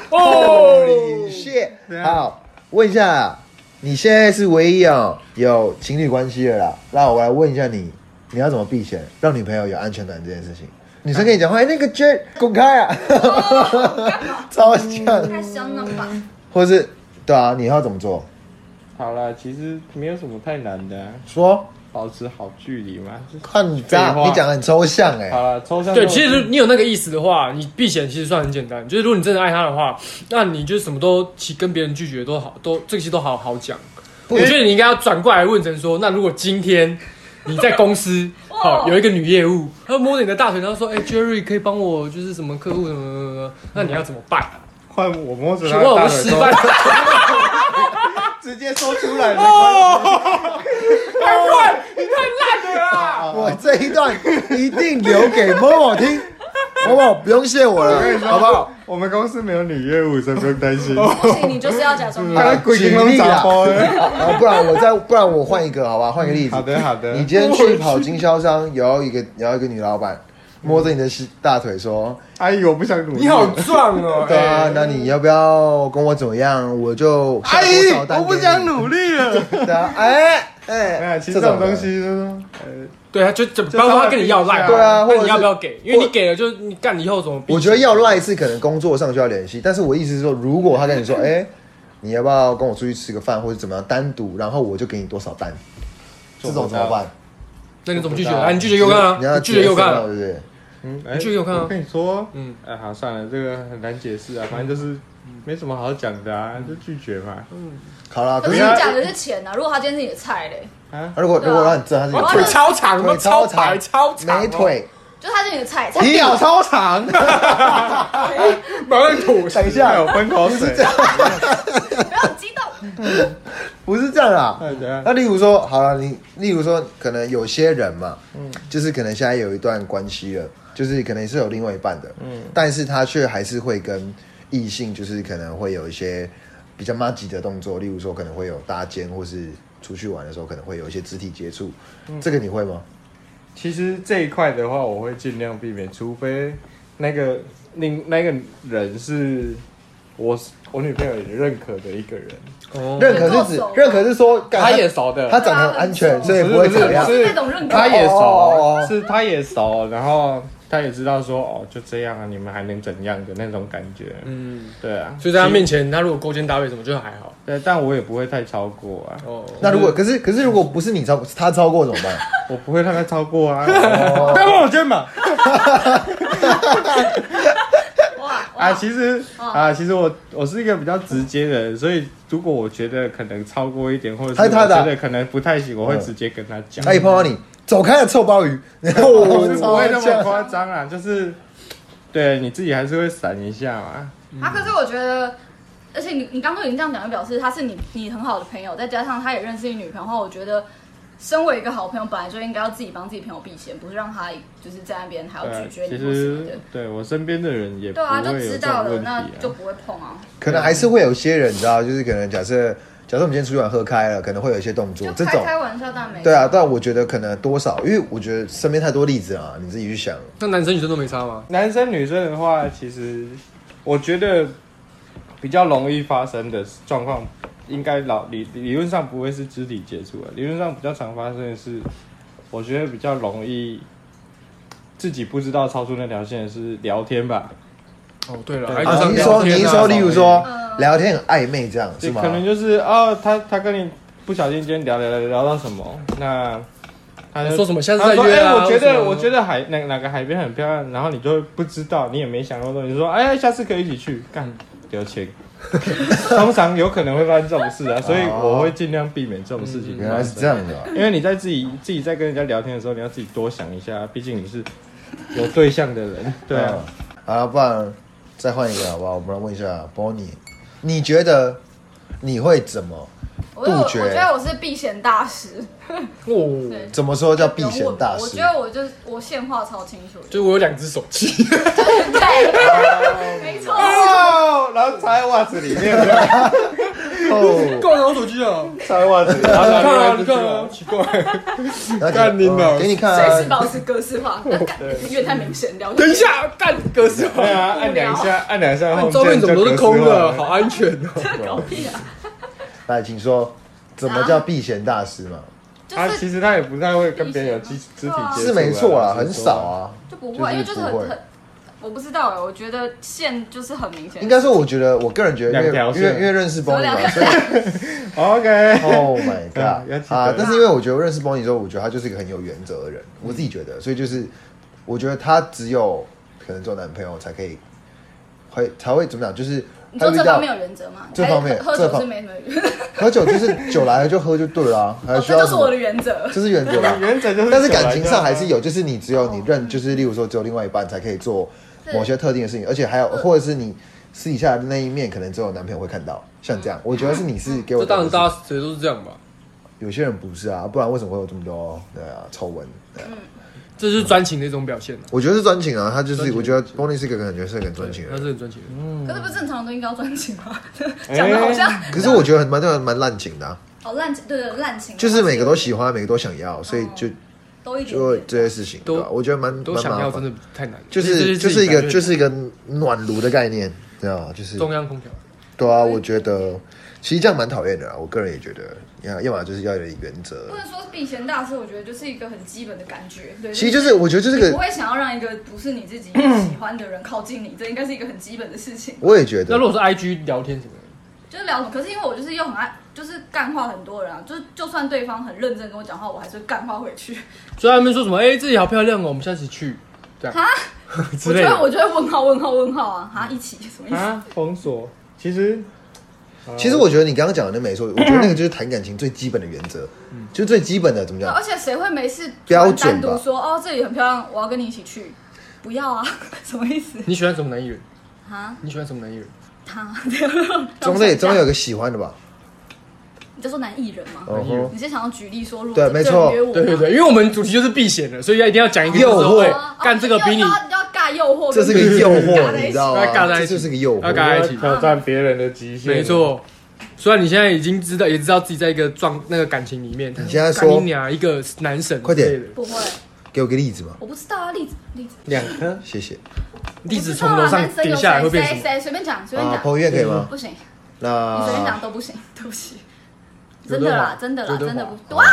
S3: Holy shit！
S2: 对啊
S3: 好，问一下，你现在是唯一哦有情侣关系的啦。那我来问一下你，你要怎么避嫌，让女朋友有安全感这件事情？女生跟你讲话，哎，那个 Jerry 滚开啊，超像，
S4: 太香了吧？
S3: 或是对啊，你要怎么做？
S2: 好了，其实没有什么太难的啊，
S3: 说，
S2: 保持好距离嘛。就是
S3: 看你这样
S2: 废，话
S3: 你讲得很抽象哎、
S2: 好了，抽象
S1: 对，
S2: 这种
S1: 其实你有那个意思的话，你避嫌其实算很简单。就是如果你真的爱他的话，那你就什么都其跟别人拒绝都好，都这些都好好讲。我觉得你应该要转过来问成说，那如果今天 <laughs> 你在公司好有一个女业务，她摸着你的大腿，然后说：“哎、j e r r y 可以帮我就是什么客户什么什么什么？”那你要怎么办？
S2: 换我摸着
S1: 请
S2: 他
S1: 问
S2: 的
S1: 我
S2: 大
S1: 们
S2: 腿
S1: 失
S2: 说
S1: 败？
S2: 直接说出来
S1: 哦
S2: 了。
S3: 我这一段一定留给某某听，某某不用谢我了，好不好？
S2: 我们公司没有女业务，所以不用担
S1: <laughs>
S2: 心。
S1: 哦
S4: 不行，你就是要假装没有。
S2: 他鬼金龙砸包了。
S3: 啊，不然我再，不然我换一个，好吧？换一个例子。
S2: 好的，好的。
S3: 你今天去跑经销商，有一个有一个女老板
S1: 嗯
S3: 摸着你的大腿说
S2: 阿姨，我不想努力。
S1: <laughs> 你好壮 <laughs> 哦：“！
S3: 对啊，那你要不要跟我怎么样？我就下
S2: 阿
S3: 多
S2: 姨
S1: 哎
S3: 少，单
S2: 我不
S3: 给你
S2: 想努力了。
S3: <laughs> 对啊，哎，哎，
S2: 哎，其实这种东西就是，呃，
S1: 对啊，就就包括他跟你要赖，
S3: 对啊或
S1: 那
S3: 者是
S1: 你要不要给？因为你给了，就你干你以后怎么比？
S3: 我觉得要赖是可能工作上就要联系，但是我意思是说，如果他跟
S1: <laughs>
S3: 你说，哎、你要不要跟我出去吃个饭，或者怎么样单独，然后我就给你多少单，这种怎么办？
S1: 那你怎么拒绝？
S2: 我不知道
S1: 啊，你拒绝给我看
S3: 你
S1: 啊，
S3: 要
S1: 你拒绝给我看
S3: 直接送到
S1: 啊，
S3: 对不对？
S2: 嗯，哎
S1: 你去给我看啊
S2: 我跟你说，
S1: 嗯，
S2: 哎，好，算了，这个很难解释啊，反正就是没什么好讲的
S1: 嗯
S2: 啊，就拒绝嘛。
S3: 好啦，可
S4: 可
S3: 是啊
S4: 是
S2: 不要
S4: 你讲的是钱啊呐、如果他今天是你的菜嘞，
S2: 啊，
S3: 如果如果让你知道他是
S1: 我
S3: 有
S1: 腿超长，
S3: 腿
S1: 超
S3: 超
S1: 白
S3: 长，
S1: 超长，哦
S3: 美，腿，
S4: 就他是你的菜，菜
S3: 你屌超
S1: <laughs>
S3: 长，
S1: 马上吐。
S3: 等一
S2: 还
S3: 下
S2: 有，喷口水，
S4: 不要很激动。
S2: <laughs>
S3: 不是这样啦。
S2: 哎怎样
S3: 那例如说，好了，你例如说，可能有些人嘛，
S2: 嗯
S3: 就是可能现在有一段关系了，就是可能是有另外一半的，嗯，但是他却还是会跟异性，就是可能会有一些比较妈吉的动作，例如说可能会有搭肩，或是出去玩的时候可能会有一些肢体接触，
S2: 嗯
S3: 这个你会吗？
S2: 其实这一块的话，我会尽量避免，除非那个另那个人是我我女朋友也认可的一个人，
S1: 哦
S3: 认可是指
S4: 做手
S3: 认可是说，干
S2: 她也熟的，
S3: 他长得很安全，所以不会
S2: 不是
S3: 怎么样
S2: 不。是
S4: 那种认可
S2: 她也
S3: 哦
S2: 熟，是她也熟，然后她也知道说哦，就这样啊，你们还能怎样的那种感觉，
S1: 嗯，
S2: 对啊，
S1: 所以在他
S2: 其
S1: 面前，他如果勾肩搭背什么，就还好。
S2: 对，但我也不会太超过啊，
S1: 哦，
S3: 那如果可是可是如果不是你超过他超过怎么办？
S2: 我不会让她超过啊，
S3: 哦
S2: <laughs> 不要帮我肩膀
S4: 哇哇，哦
S2: 啊，其实啊，其实我我是一个比较直接的人，所以如果我觉得可能超过一点，或者是
S3: 太
S2: 我
S3: 大的
S2: 觉得可能不太行，我会直接跟他讲。
S3: 他一碰哎到你，走开了，臭鲍鱼！
S2: <laughs>
S3: <laughs>
S2: 我是不会那么
S3: 夸
S2: 夸张啊，就是对你自己还是会闪一下嘛。
S4: 啊，可是我觉得，而且你你刚刚都已经这样讲，就表示他是你你很好的朋友，再加上他也认识你女朋友的话，我觉得。身为一个好朋友，本来就应该要自己帮自己朋友避嫌，不是让他就是在那边还要
S2: 对啊
S4: 拒，绝
S2: 其
S4: 你或什么的
S2: 实。对我身边的人也不
S4: 对啊，
S2: 会
S4: 就
S2: 有
S4: 知
S2: 这种
S4: 道了，
S2: 问题
S4: 那
S2: 啊。
S4: 就不会碰啊。
S3: 可能还是会有些人，你知道，就是可能假设假设我们今天出去玩喝开了，可能会有一些动作
S4: 就，
S3: 这
S4: 开
S3: 种
S4: 开玩笑，但没
S3: 对啊。但我觉得可能多少，因为我觉得身边太多例子啊，你自己去想。
S1: 那男生女生都没差吗？
S2: 男生女生的话，其实我觉得比较容易发生的状况，应该老理理论上不会是肢体接触啊，理论上比较常发生的是，我觉得比较容易自己不知道超出那条线的是聊天吧，
S1: 哦，对了，
S2: 对
S1: 还
S2: 啊
S1: 有
S3: 你
S1: 就是是聊
S3: 说你
S1: 天
S3: 是
S1: 啊
S3: 说，例如说
S4: 嗯
S3: 聊天很暧昧这样是
S2: 就
S3: 吗
S2: 可？能就是哦，他他跟你不小心今天聊聊聊聊到什么，那他就
S1: 说什么下次
S2: 他
S1: 再
S2: 说
S1: 约啊
S2: 哎我觉
S1: 或什
S2: 得
S1: 么
S2: 我觉得海哪哪个海边很漂亮，然后你就不知道，你也没想过，你就说哎，下次可以一起去干丢
S1: <laughs>
S2: 钱。通常有可能会发生这种事啊，所以我会尽量避免这种
S1: 嗯
S2: 事情。
S3: 原来是这样，的啊、
S2: 因为你在自己自己在跟人家聊天的时候，你要自己多想一下，毕竟你是有对象的人，对啊。
S3: 嗯。啊，不然再换一个好不好？我们来问一下 Bonnie，你觉得你会怎么
S4: 我有
S3: 杜
S4: 我
S3: 绝
S4: 觉得我是避嫌大师，
S1: 哦，
S3: 怎么说叫避嫌大
S4: 我
S3: 师？
S4: 觉得我就是我线画超清
S2: <laughs>
S4: 楚的，
S1: 就我有两只手机，
S4: 对，没错。
S1: 嗯
S2: 哦，然后插在袜子里面，
S3: 哦，
S1: 够拿我手机 <laughs> 啊！
S2: 插在袜子里，然后
S1: 看啊，
S2: 拿
S1: 你
S2: 出来
S1: 看
S2: 就
S1: 啊，奇怪，
S3: 然后给
S1: 干你老
S3: 嗯给你看
S4: 随
S3: 啊，
S4: 时保持格式
S3: <laughs>
S4: 化，那干 <laughs> 因为太明显了。
S1: 等一，下，干格式化
S2: 对，啊，按两下，
S1: 哦
S2: 按两下后
S1: 看
S2: 面
S1: 照片怎么都是空的， <laughs> 好
S2: 好，
S1: 安全哦。
S4: 搞屁啊！
S3: 来，请说怎么叫避嫌大师嘛？
S4: 就
S2: 他
S4: 是
S2: 其实他也不太会跟别人有肢肢体接触啊，
S3: 是没错
S4: 哦
S3: 啦，很少
S2: 啊。
S3: 啊。
S4: 就不会，因为就是
S3: 就是不
S4: 很
S3: 会
S4: 很，我不知道哎，我觉得线就是很明显，
S3: 应该说，我觉得我个人觉得，因为
S2: 两条
S3: 因
S2: 线
S3: 为因为认识 Bonnie 嘛，
S4: <laughs> 两条
S3: 所以
S2: OK，
S3: <laughs> Oh my
S2: 嗯 <laughs> 要
S3: God
S2: 记得
S3: 啊！但是因为我觉得我认识 Bonnie 之后，我觉得他就是一个很有原则的人，我自己觉得，所以就是我觉得他只有可能做男朋友才可以，会才会怎么讲，就是
S4: 你
S3: 他
S4: 说
S3: 遇
S4: 这方
S3: 到
S4: 面有原则吗？哎
S3: 这方面
S4: 喝
S3: 这
S4: 酒
S3: 方
S4: 是没什么原则，
S3: 喝酒就是酒来了就喝就对了啊，还
S4: 哦
S3: 需
S4: 这
S3: 要
S4: 就
S3: 什
S4: 是我
S3: 么
S4: 的？原则。
S3: 这是原则啊啦。
S2: 原则就是，
S1: <laughs>
S3: 但是感情上还是有，就是你只有你认，就是例如说只有另外一半才可以做某些特定的事情，而且还有或者是你私底下的那一面，可能只有男朋友会看到，像这样，我觉得是你是给我
S1: 这
S3: 的
S1: 当然，
S3: 解释
S1: 大家谁都是这样吧？
S3: 有些人不是啊，不然为什么会有这么多对啊丑闻？对啊
S1: 这就是专情的一种表现啊
S3: 我觉得是专情啊，他就
S1: 专
S3: 是
S1: 情嗯
S3: 我觉得 Bonnie 是一个感觉是个很专情的嗯
S1: 他
S3: 人，
S1: 是很专情的。
S4: 可是不是正常人都应该要专情吗？
S3: <laughs>
S2: 哎
S4: 讲
S3: 哎
S4: 的好像
S3: 可是我觉得很蛮蛮蛮滥情的啊，
S4: 哦滥情，对对滥情，
S3: 就是每个都喜欢，每个都想要，所以就
S4: 都一点
S3: 就
S4: 点。
S3: 这些事情，
S1: 都
S3: 对吧？我觉得蛮
S1: 都
S3: 蛮
S1: 想
S3: 麻
S1: 要真
S3: 烦，
S1: 的太难了，
S3: 就
S1: 这些
S3: 是就
S1: 事
S3: 是一
S1: 情
S3: 个
S1: 感觉
S3: 就是一个暖炉的概念，对啊，就是
S1: 中央空调。
S3: 对啊，我觉得其实这样蛮讨厌的啊，我个人也觉得，你看，要么就是要有点原则
S4: 不，能说是避嫌大师，我觉得就是一个很基本的感觉。对，
S3: 其实就是我觉得这
S4: 你
S3: 个
S4: 不，会想要让一个不是你自己喜欢的人靠近你，这应该是一个很基本的事情。
S3: 我也觉
S1: 那
S3: 得
S1: 如，果是 IG 聊天什么的，
S4: 就是聊什么，可是因为我就是又很爱，就是干话很多人啊，就是就算对方很认真跟我讲话，我还是会干话回去。
S1: 所以他们说什么，哎、自己好漂亮哦，我们下次去，这样 <laughs> 之
S4: <laughs> 我
S1: 类
S4: 就会我
S1: 的。
S4: 就会问号问号问号啊，
S3: 嗯
S4: 哈一起什么意思？
S2: 啊，封锁。其实，呃
S3: 其实我觉得你刚刚讲的那没错，我觉得那个就是谈感情最基本的原则，就是最基本的怎么
S4: 对
S3: 讲
S4: 而，且谁会没事
S3: 标准吧
S4: 单独说哦这里很漂亮，我要跟你一起去？不要啊， <laughs> 什么意思？
S1: 你喜欢什么男艺人？
S4: 啊，
S1: 你喜欢什么男艺人？
S4: 他 <laughs>
S3: 总得总得有个喜欢的吧，
S4: 你就说男艺人吗？
S3: 哦
S1: 有
S3: 吼，
S4: 你是想要举例说，如果
S3: 对
S4: 这
S3: 没
S4: 这
S3: 错
S4: 人约我吗，
S1: 对对对，因为我们主题就是避嫌的，所以要一定要讲一个
S3: 诱
S1: 就是说
S3: 惑
S1: 哎
S4: 哦
S1: 干这个比你
S4: 要要要尬诱惑，
S3: 这是个
S4: 对不对
S3: 诱
S4: 尬
S3: 惑，
S4: 在一起
S3: 你知道
S1: 要尬
S3: 吗？
S1: 在一
S3: 这
S1: 起
S3: 就是个诱
S1: 要尬。
S3: 惑
S1: 在一起
S2: 挑战别人的极限，
S1: 没。错。虽然你现在已经知道，也知道自己在一个状那个感情里面，但是
S3: 现在
S1: 干
S3: 说
S1: 你俩一个男神，
S3: 快点，
S4: 不会，
S3: 给我个例子嘛，
S4: 我不知道啊，例子例子，
S2: 两颗
S3: 谢谢。
S1: 例子
S4: 啊
S1: 从楼上
S4: 顶
S1: 跌下来会变什
S4: 谁
S1: 么？
S4: 谁随便讲随便
S3: 啊，
S4: 讲，
S3: 彭于晏可以吗？
S4: 不行，你
S2: 啊
S4: 随便
S3: 那
S4: 讲都不行，对不起。
S1: 刘
S4: 真
S1: 德华
S4: 的啦，真的啦，
S1: 刘德华
S4: 真的不，哇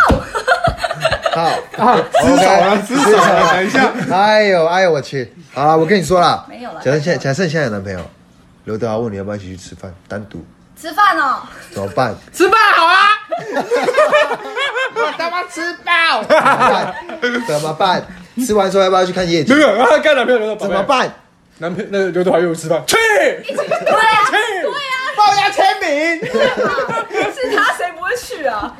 S4: 哦，
S3: 好， <laughs>
S2: 啊，失手了，失手了，等一
S4: <laughs>
S2: 下，
S3: 哎呦哎呦我去，好啦，我跟你说啦，
S4: 没有啦
S3: 假设现假设你现在有男朋友，刘德华问你要不要一起去吃饭，单独
S4: 吃饭哦，
S3: 怎么办？
S1: 吃饭好啊，
S3: 怎么办？吃完之后要不要去看夜景
S1: 没？有啊， <laughs> 干男朋友刘德华
S3: 怎么？办？
S1: 男朋友那个刘德华约我吃饭，去
S4: 一起去，对啊，
S5: 帮我要签名。
S4: 是他谁不会去啊？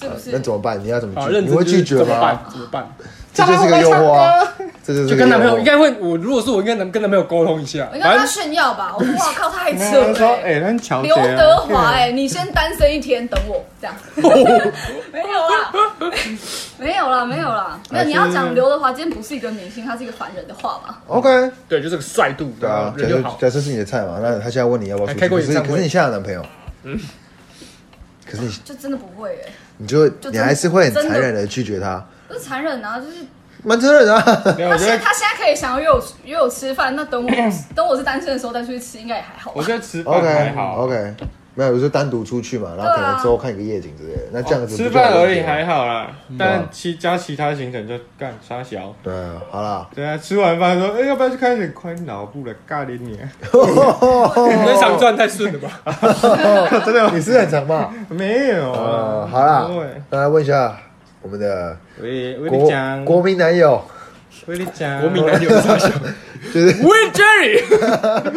S4: 是不是
S3: 那？怎么办？你要怎么
S1: 啊，
S3: 拒？
S1: 认
S3: 你
S1: 真
S3: 会
S1: 就是
S3: 拒绝
S1: 怎么
S3: 吗
S1: 办？？怎么办？
S3: 这就是个诱惑啊！这就是
S1: 就
S3: 个
S1: 跟男朋
S3: 诱
S1: 友
S3: 惑啊
S1: 应该会，我如果是我应该能跟男朋友沟通一下
S4: 我，应该
S1: 反
S4: 跟他
S1: 正
S4: 炫耀吧？我说哇靠，他还
S2: 没
S4: 扯
S2: 有他说，
S4: 欸
S2: 哎，那乔姐
S4: 刘
S2: 啊，
S4: 德华，
S2: <laughs>
S4: 哎，你先单身一天，等我这样。没有啦，没有啦，没有啦，没有。你要讲刘德华今天不是一个明星，他是一个凡人的话吧？
S3: OK，
S1: 对，就是个帅度，
S3: 对啊，假
S1: 人
S3: 设
S1: 就好。
S3: 假设是你的菜嘛，那他现在问你要不要出
S1: 还
S3: 去，
S1: 开过
S3: 可
S1: 演
S3: 是
S1: 唱会嗯
S3: 可是你现在有男朋友，可是你
S4: 就真的不会哎，
S3: 你就
S4: 真的
S3: 你还是会很残忍的拒绝他，
S4: 不是残忍啊，就是
S3: 蛮残忍的啊。
S2: 没有，
S4: 他
S2: 我觉
S4: 现在
S2: 得
S4: 他现在可以想要约我约我吃饭，那等我等我是单身的时候再出去吃，应该也还好吧
S2: 我。觉得吃饭
S3: OK 哦
S2: 还好
S3: OK，没有，就单独出去嘛，然后可
S4: 对
S3: 能
S4: 啊
S3: 之后看个夜景之类的，那这样子
S2: 哦吃
S3: 不就好
S2: 饭
S3: 了
S2: 而已还好啦，
S3: 对啊
S2: 但其加其他行程就干沙小。
S3: 对啊，好啦，
S2: 对啊，吃完饭说，哎，要不要去看一点宽脑部的尬脸你啊？
S1: 你那场赚太顺了吧？
S2: 真的
S3: 你是很长
S2: <laughs>
S3: 嘛？
S2: <laughs> 没有
S3: 呃，
S2: 啊？
S3: 好啦
S2: 对，
S3: 那来问一下我们的
S2: 喂，威力
S3: 国
S2: 讲，
S3: 国民男友，
S2: 威力讲，
S1: 国民男友上小，
S3: 就是
S1: <laughs> Win Jerry，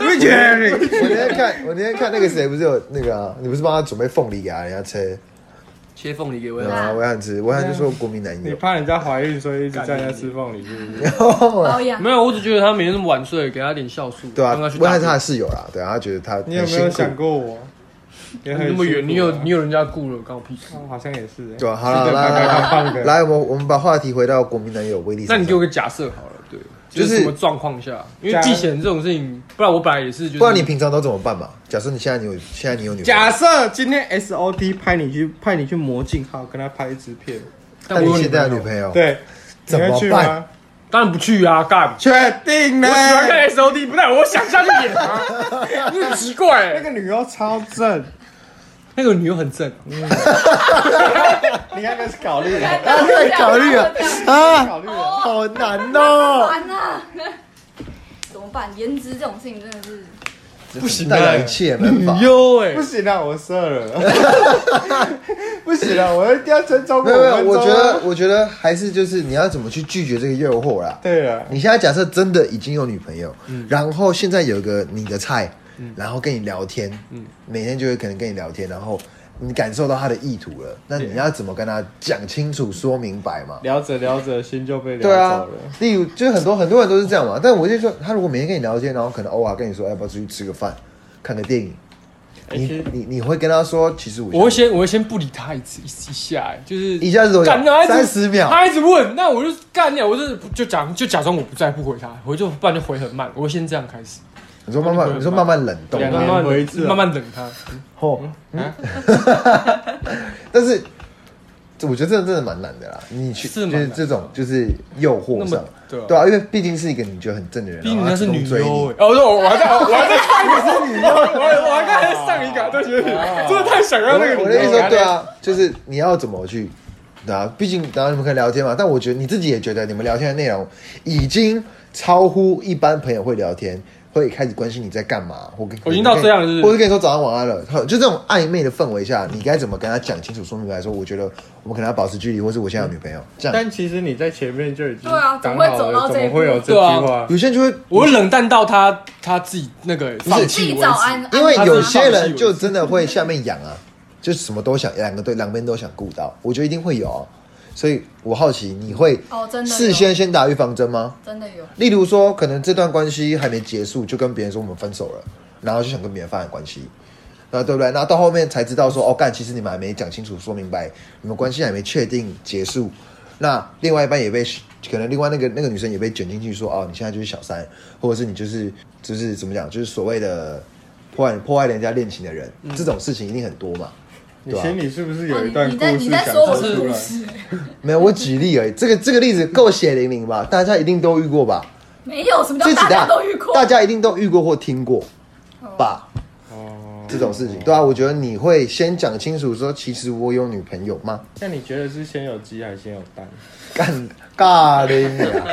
S2: 威力
S3: 我那天看 <laughs> 我那天看那个谁不是有那个啊，你不是帮他准备凤梨给他人家吃，
S1: 切凤梨给我
S3: 对
S4: 啊
S3: 啊，我想吃，我想就说国民男
S2: 你
S3: 友，
S2: 怕人家怀孕，所以一直在家吃凤梨，是不是？
S4: 包
S1: <laughs>
S4: 养
S1: 没有，我只觉得他每天那么晚睡，给他点酵素，
S3: 对啊，
S1: 让他去
S3: 我
S1: 打
S3: 想是
S1: 屁。
S3: 他的室友啦，对啊，他觉得他
S2: 你有
S3: 很
S2: 没
S3: 辛
S2: 有
S3: 苦
S2: 想，过我？也
S1: 你
S2: 很
S1: 那么远，
S2: 辛苦啊
S1: 你有你有人家雇了，关我屁事。
S2: 哦好像也是欸，
S3: 对啊好啦
S2: 吃得
S3: 来
S2: 白白
S3: 来
S2: 胖胖的，
S3: 来，我们我们把话题回到国民男友威力身
S1: 那
S3: 上，
S1: 你给我个假设好了，对，
S3: 就
S1: 就是是什么状况下？因为
S2: 假
S1: 避险这种事情，不然我本来也是，就是
S3: 不然你平常都怎么办嘛？假设你现在你有现在你有女朋友
S2: 假设今天 S O T 派你去派你去魔镜号跟他拍一支片，
S3: 但你
S1: 我有
S3: 现在有女
S1: 友，
S3: 朋友，
S2: 对，
S3: 哦怎么
S2: 你
S3: 办
S2: 会去吗？
S1: 当然不去啊，干。
S2: 确
S3: 哎
S2: 定呢
S1: 我？喜欢看 S O D，不但我想下去演啊， <laughs> 你很奇怪
S2: 那
S1: 欸。
S2: 个女优超正，
S1: 那个女优很正，
S2: 你还没考虑了？
S3: 啊，在考虑啊啊，
S2: 考虑了，
S3: 好难哦，
S4: 完了，怎么办？颜值这种事情真的是
S1: 不行
S3: 代表
S1: 的
S3: 一，切没办法
S1: <laughs> 女。优哎
S2: 不，行了，我射
S3: <laughs>
S2: 了，不行了，我一定要尊重
S3: 没有没有，我
S2: 我
S3: 觉得我觉得还是就是你要怎么去拒绝这个诱惑啦。
S2: 对啊了，
S3: 你现在假设真的已经有女朋友，然后现在有个你的菜，然后跟你聊天，每天就会可能跟你聊天，然后你感受到他的意图了，那你要怎么跟他讲清楚、说明白嘛？
S2: 聊着聊着心就被聊
S3: 对啊
S2: 走了，，
S3: 例如就是很多很多人都是这样嘛，但我就说，他如果每天跟你聊天，然后可能偶尔跟你说要不要出去吃个饭、看个电影，
S2: 其
S3: 你
S2: 实
S3: 你你会跟他说，其实我
S1: 我会先我会先不理他一次一一下欸，就是
S3: 一下子多久
S1: 干他一直
S3: 30秒
S1: 他一直问，那我就干掉，我就是就假就假装我不在不回他，我就不然就回很慢，我会先这样开始，
S3: 你说慢
S1: 我
S3: 慢
S1: 会
S3: 你说慢慢冷冻，嗯
S2: 两个
S1: 慢
S2: 人
S1: 慢
S3: 啊
S2: 回一次啊
S1: 嗯慢
S3: <laughs>
S1: 慢等他，
S3: 哦，但是这我觉得真的真的蛮难的啦。你去
S1: 是蛮
S3: 就是
S1: 难
S3: 这种就是诱惑
S1: 那
S3: 上
S1: 么，对啊
S3: 对啊，因为毕竟是一个你觉得很正的人，
S1: 毕竟人
S3: 然
S1: 家
S3: 后他
S1: 是
S3: 主动
S1: 女
S3: 追你
S1: 优哎，哦，对，我还在，我还
S3: <laughs>
S1: 在看，
S3: 是女优。啊
S1: 我还我还看上一个，啊对不起，真的太想要
S3: 我
S1: 那个
S3: 的
S1: 女
S3: 我的意
S1: 优
S3: 思说，
S1: 了。
S3: 对啊，就是你要怎么去，对啊，毕竟当然你们可以聊天嘛，但我觉得你自己也觉得你们聊天的内容已经超乎一般朋友会聊天，会开始关心你在干嘛，或跟
S1: 我已经到这样了是不是
S3: 或是跟你说早安晚安了，就这种暧昧的氛围下，你该怎么跟他讲清楚说明白？说我觉得我们可能要保持距离，或是我现在有女朋友，这样
S2: 但其实你在前面就已经
S4: 对啊怎
S2: 讲
S4: 么会
S2: 好
S4: 走
S2: 了，
S4: 到
S2: 怎
S4: 这
S2: 么
S4: 一步
S2: 会有这句
S1: 对啊
S2: 话？
S3: 有些人就会
S1: 我冷淡到他他自己那个
S3: 是
S1: 放
S4: 自
S1: 弃
S4: 己
S1: 为
S4: 早
S1: 止。
S4: 安，
S3: 因为有些人
S1: 他自己以为
S3: 就
S1: 是
S3: 真的会下面痒啊，就什么都想，两个对两边都想顾到，我觉得一定会有哦、所以我好奇你会
S4: 哦真的有
S3: 事先先打预防针吗？
S4: 真的有，
S3: 例如说，可能这段关系还没结束，就跟别人说我们分手了，然后就想跟别人发展关系，啊，对不对？然后到后面才知道说，哦，干，其实你们还没讲清楚、说明白，你们关系还没确定结束。那另外一半也被，可能另外那个那个女生也被卷进去说，哦，你现在就是小三，或者是你就是就是怎么讲，就是所谓的破坏破坏人家恋情的人，这种事情一定很多嘛。
S2: 你
S3: 对啊
S2: 心里是不是
S4: 哦
S2: 有一
S4: 你
S2: 段
S4: 你
S2: 故
S4: 在
S2: 事
S4: 你
S2: 想
S4: 在说我
S2: 说
S4: 的
S2: 出
S4: 故
S2: 来？
S4: 事，
S3: 没有，我举例而已。这个这个例子够血淋淋吧？大家一定都遇过吧？
S4: 没有什么
S3: <laughs> 这
S4: 叫
S3: 几
S4: 大家都遇过，
S3: 大家一定都遇过或听过吧？
S2: 哦，
S3: 这种事情，对啊，我觉得你会先讲清楚说，其实我有女朋友吗？ <laughs>
S2: 那你觉得是先有鸡还是先有蛋？
S3: 干尬的
S1: <laughs>
S3: 你啊，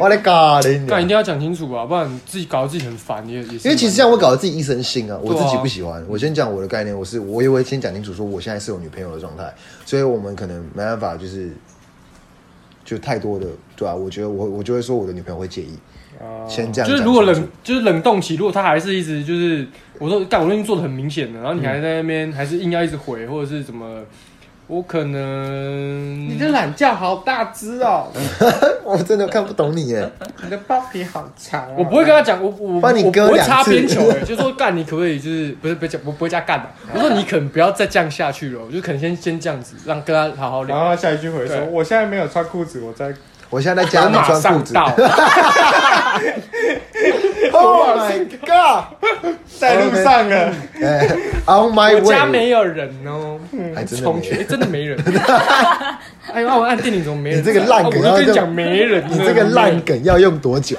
S3: 我来尬的
S1: 但一定。
S3: 你
S1: 要讲清楚啊吧，不然你自己搞得自己很烦，也也是。
S3: 啊因为其实这样会搞得自己一身腥啊，我
S1: 对啊
S3: 自己不喜欢。我先讲我的概念，我是我也会先讲清楚说我现在是有女朋友的状态，所以我们可能没办法就是就太多的对啊，我觉得我我就会说我的女朋友会介意，
S2: 哦
S3: 先这样
S1: 就
S3: 讲清楚。
S1: 是如果冷就是冷冻期，如果他还是一直就是我说干，我都已经做的很明显了，然后你
S3: 嗯
S1: 还在那边、还是硬要一直回，或者是怎么，我可能
S2: 你的懒觉好大只哦，
S3: <laughs> 我真的看不懂你耶，
S2: 你的包皮好长哦。
S1: 我不会跟他讲，我我
S3: 帮你
S1: 我
S3: 割
S1: 不会
S3: 两
S1: 擦
S3: 次
S1: 边球、欸，就说干，你可不可以就是不是不是讲我不会加干的，我说你可能不要再这样下去了，我就可能先先这样子，让跟他好好
S2: 然
S1: 聊。
S2: 后他下一句回说
S1: 对：“
S2: 我现在没有穿裤子，我在
S3: 我现在在家
S1: 我
S3: 没
S1: <laughs> 马
S3: 穿
S1: 上
S3: 裤 <laughs> 子。
S1: 到，
S3: Oh my god！
S2: <laughs> 在路上啊了。
S3: 哎，On my
S1: 我
S3: way，
S1: 家没有人哦，
S3: 还嗯真的
S1: 冲
S3: 没
S1: 去，
S3: 有
S1: 哎，真的没
S3: <laughs>
S1: 人。哎呦，啊我按电铃怎么没人？
S3: 你这个烂
S1: 啊我
S3: 梗
S1: 就
S3: 然后
S1: 跟
S3: 就
S1: 你讲没人，
S3: 你这个烂。梗要用多久？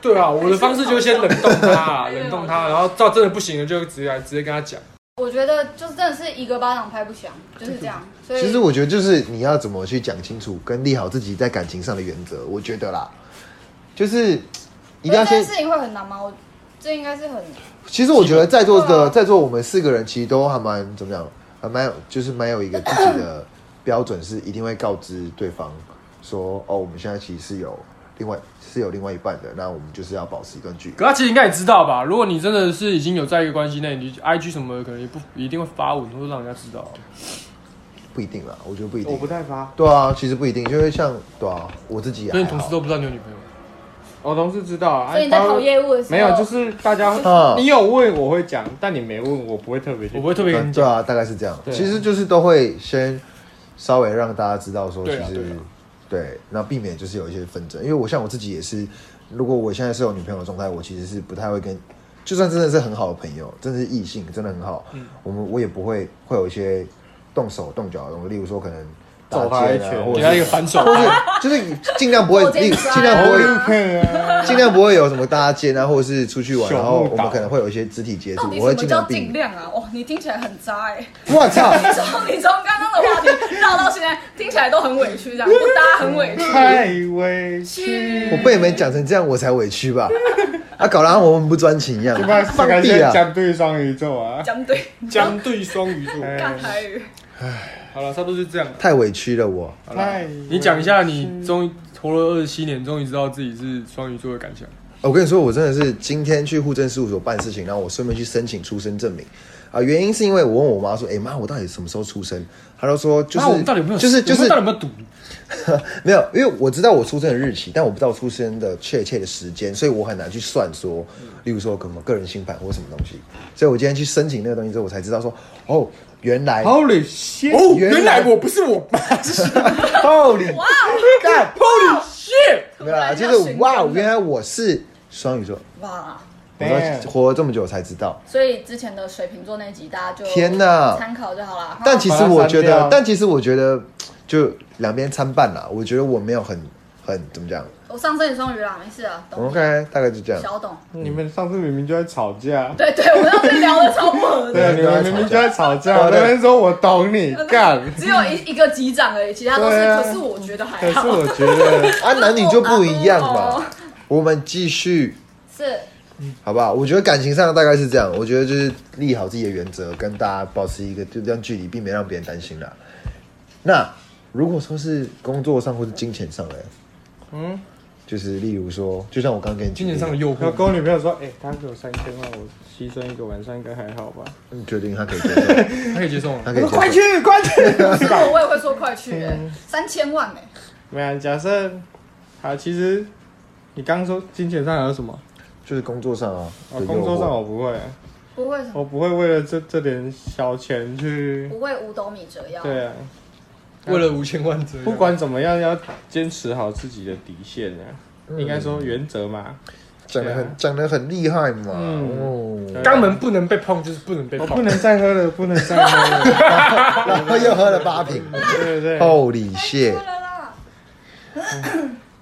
S1: 对啊，我的方式就是先冷冻 <laughs> 他，冷冻他，然后到真的不行了就直接来直接跟他讲。
S4: 我觉得就是真的是一个巴掌拍不响，就是这样，所以
S3: 其实我觉得就是你要怎么去讲清楚，跟立好自己在感情上的原则。我觉得啦，就是一定要
S4: 这
S3: 先。
S4: 件事情会很难吗？我这应该是很
S3: 其实我觉得在座
S4: 对
S3: 的
S4: 啊
S3: 在座我们四个人其实都还蛮怎么讲，还蛮有就是蛮有一个自己的标准，是一定会告知对方说哦，我们现在其实是有另外是有另外一半的，那我们就是要保持一段距离。
S1: 可他其实应该也知道吧？如果你真的是已经有在一个关系内，你 IG 什么的可能也不一定会发文，或者让人家知道。啊
S3: 不一定啦，我觉得不一”
S2: 我
S3: 定
S2: 不。太发，
S3: 对啊，其实不一定，因为像对啊，我自己也
S1: 所以
S3: 还
S1: 你同事
S3: 好。
S1: 都不知道你有女朋友。
S2: 我同事知道啊。
S4: 所以你在
S2: 他会
S4: 跑业务的时候，
S2: 没有，就是大家
S3: 嗯
S2: 你有问我会讲，但你没问我不会特别去。
S1: 我不会特别跟
S3: 对
S1: 你
S3: 对
S1: 讲，
S3: 啊，大概是这样。
S2: 对啊
S3: 其实就是都会先稍微让大家知道说，其
S1: 对啊
S3: 实
S1: 对啊
S3: 对，那避免就是有一些纷争。因为我像我自己也是，如果我现在是有女朋友的状态，我其实是不太会跟，就算真的是很好的朋友，真的是异性，真的很好，
S1: 嗯
S3: 我们我也不会会有一些动手动脚的东西，例如说可能打
S2: 揍他
S3: 架
S2: 一拳
S3: 啊，或
S1: 给
S3: 者
S1: 他一
S3: 是
S1: 个反手。
S3: <laughs> 就是尽量不会
S4: <laughs> 我，这
S3: 例
S4: 一
S3: 如
S4: 刷
S3: 尽量不会。
S2: 啊
S3: 尽量不会有什么搭肩啊，或者是出去玩，
S2: <laughs> 朽木
S3: 然后我们
S2: 岛
S3: 可能会有一些肢体接触
S4: 到，底
S3: 我会
S4: 什
S3: 尽
S4: 么叫
S3: 量避
S4: 尽
S3: 免。
S4: 量啊？哦，你听起来很渣哎、欸。
S3: 我操！
S4: <laughs> 从你从刚刚的话题绕到现在，听起来都很委屈，这样就大家很委屈。
S2: 太委屈。
S3: 我被你们讲成这样，我才委屈吧？ <laughs> 啊，搞得好像我们不专情一样
S2: 要不然，
S3: 放
S2: 感
S3: 屁
S2: 谢
S3: 啊！
S2: 相对双鱼座啊。
S4: 讲对，
S1: 相对双鱼座。
S2: 哎
S4: 干台语，
S1: 好了，差不多是这样了。
S3: 太委屈了我，
S2: 太委屈
S1: 你讲一下，你终于活了二十七年，终于知道自己是双鱼座的感想。
S3: 我跟你说，我真的是今天去户政事务所办事情，然后我顺便去申请出生证明。啊，原因是因为我问我妈说：“哎、妈，我到底什么时候出生？”她都说：“就是
S1: 那我们到底有没有？
S3: 就是就
S1: 我
S3: 是
S1: 们到底有没有赌？
S3: 没有，因为我知道我出生的日期，但我不知道我出生的确切的时间，所以我很难去算说，例如说什么个人星盘或什么东西。所以我今天去申请那个东西之后，我才知道说，哦，原来
S2: Holy shit！
S1: 哦，
S3: 原来
S1: 原来我不是我妈，是
S3: Holy 干
S1: Holy shit！啊
S3: 没有啦，就是哇，原来我是双鱼座，
S4: 哇，
S3: 我在
S2: Damn
S3: 活了这么久才知道。
S4: 所以之前的水瓶座那集大家就
S3: 天哪
S4: 参考就好了。
S3: 但其
S2: 把
S3: 实
S2: 它
S3: 我
S2: 删
S3: 觉得
S2: 掉，
S3: 但其实我觉得，就两边参半啦。我觉得我没有很很怎么讲
S4: 我上升也双鱼啦，没事啊，
S2: 哦
S4: 懂
S3: ，OK，大概就这样。
S4: 小懂。
S2: 你们上次明明就在吵架，
S4: 对对，我们上次聊的超不
S2: <laughs>
S4: 合
S2: 对，
S4: 的，
S2: 你们明明就在吵架，
S3: 对对
S2: 那边说我懂你干，
S4: <laughs> 只有一一个机长而已，其他都是。
S2: 对啊
S4: 可是我觉得还
S2: 可是
S4: 好，
S2: 我觉
S3: <laughs>
S2: 得
S3: 啊，男女就不一样
S4: 哦
S3: 嘛。我们继续，
S4: 是
S3: 好不好？我觉得感情上大概是这样，我觉得就是立好自己的原则，跟大家保持一个就这样距离，避免让别人担心啦。那如果说是工作上或是金钱上嘞，
S2: 嗯，
S3: 就是例如说，就像我刚刚跟你
S1: 金钱上的
S3: 的，
S1: 诱
S2: 要
S1: 惑，
S2: 跟我女朋友说，哎，她给我三千万，我牺牲一个晚上应该还好吧？
S3: 你嗯决定他可以接受，
S1: 他可以接受吗
S3: 他？
S2: <laughs>
S3: 可以接
S2: 快
S3: 受。
S2: 去，快去！ <laughs>
S4: 是我，我也会说快去、欸，
S2: 嗯
S4: 三千万哎、
S2: 没有，啊假设好，其实你刚刚说金钱上还有什么？
S3: 就是工作上啊，
S2: 啊，
S3: 有
S2: 工作
S3: 诱惑
S2: 上我不会，
S4: 不会什么，
S2: 我不会为了这这点小钱去，
S4: 不会五斗米折腰，
S2: 对啊，
S1: 为了五千万折腰，
S2: 不管怎么样要坚持好自己的底线啊，应该说原则嘛。
S3: 讲的
S2: 对啊
S3: 很讲的很厉害嘛，
S2: 嗯
S4: <laughs>
S3: 哦，
S1: 肛门不能被碰，就是不
S3: 嗯
S1: 能被
S2: 我
S1: 碰。
S2: 哦不能再喝了，不能再
S3: <laughs>
S2: 喝了，
S3: 然后又喝了八瓶，
S4: 嗯
S2: 对不对？
S3: Holy
S4: 对
S3: shit！
S4: 了啦，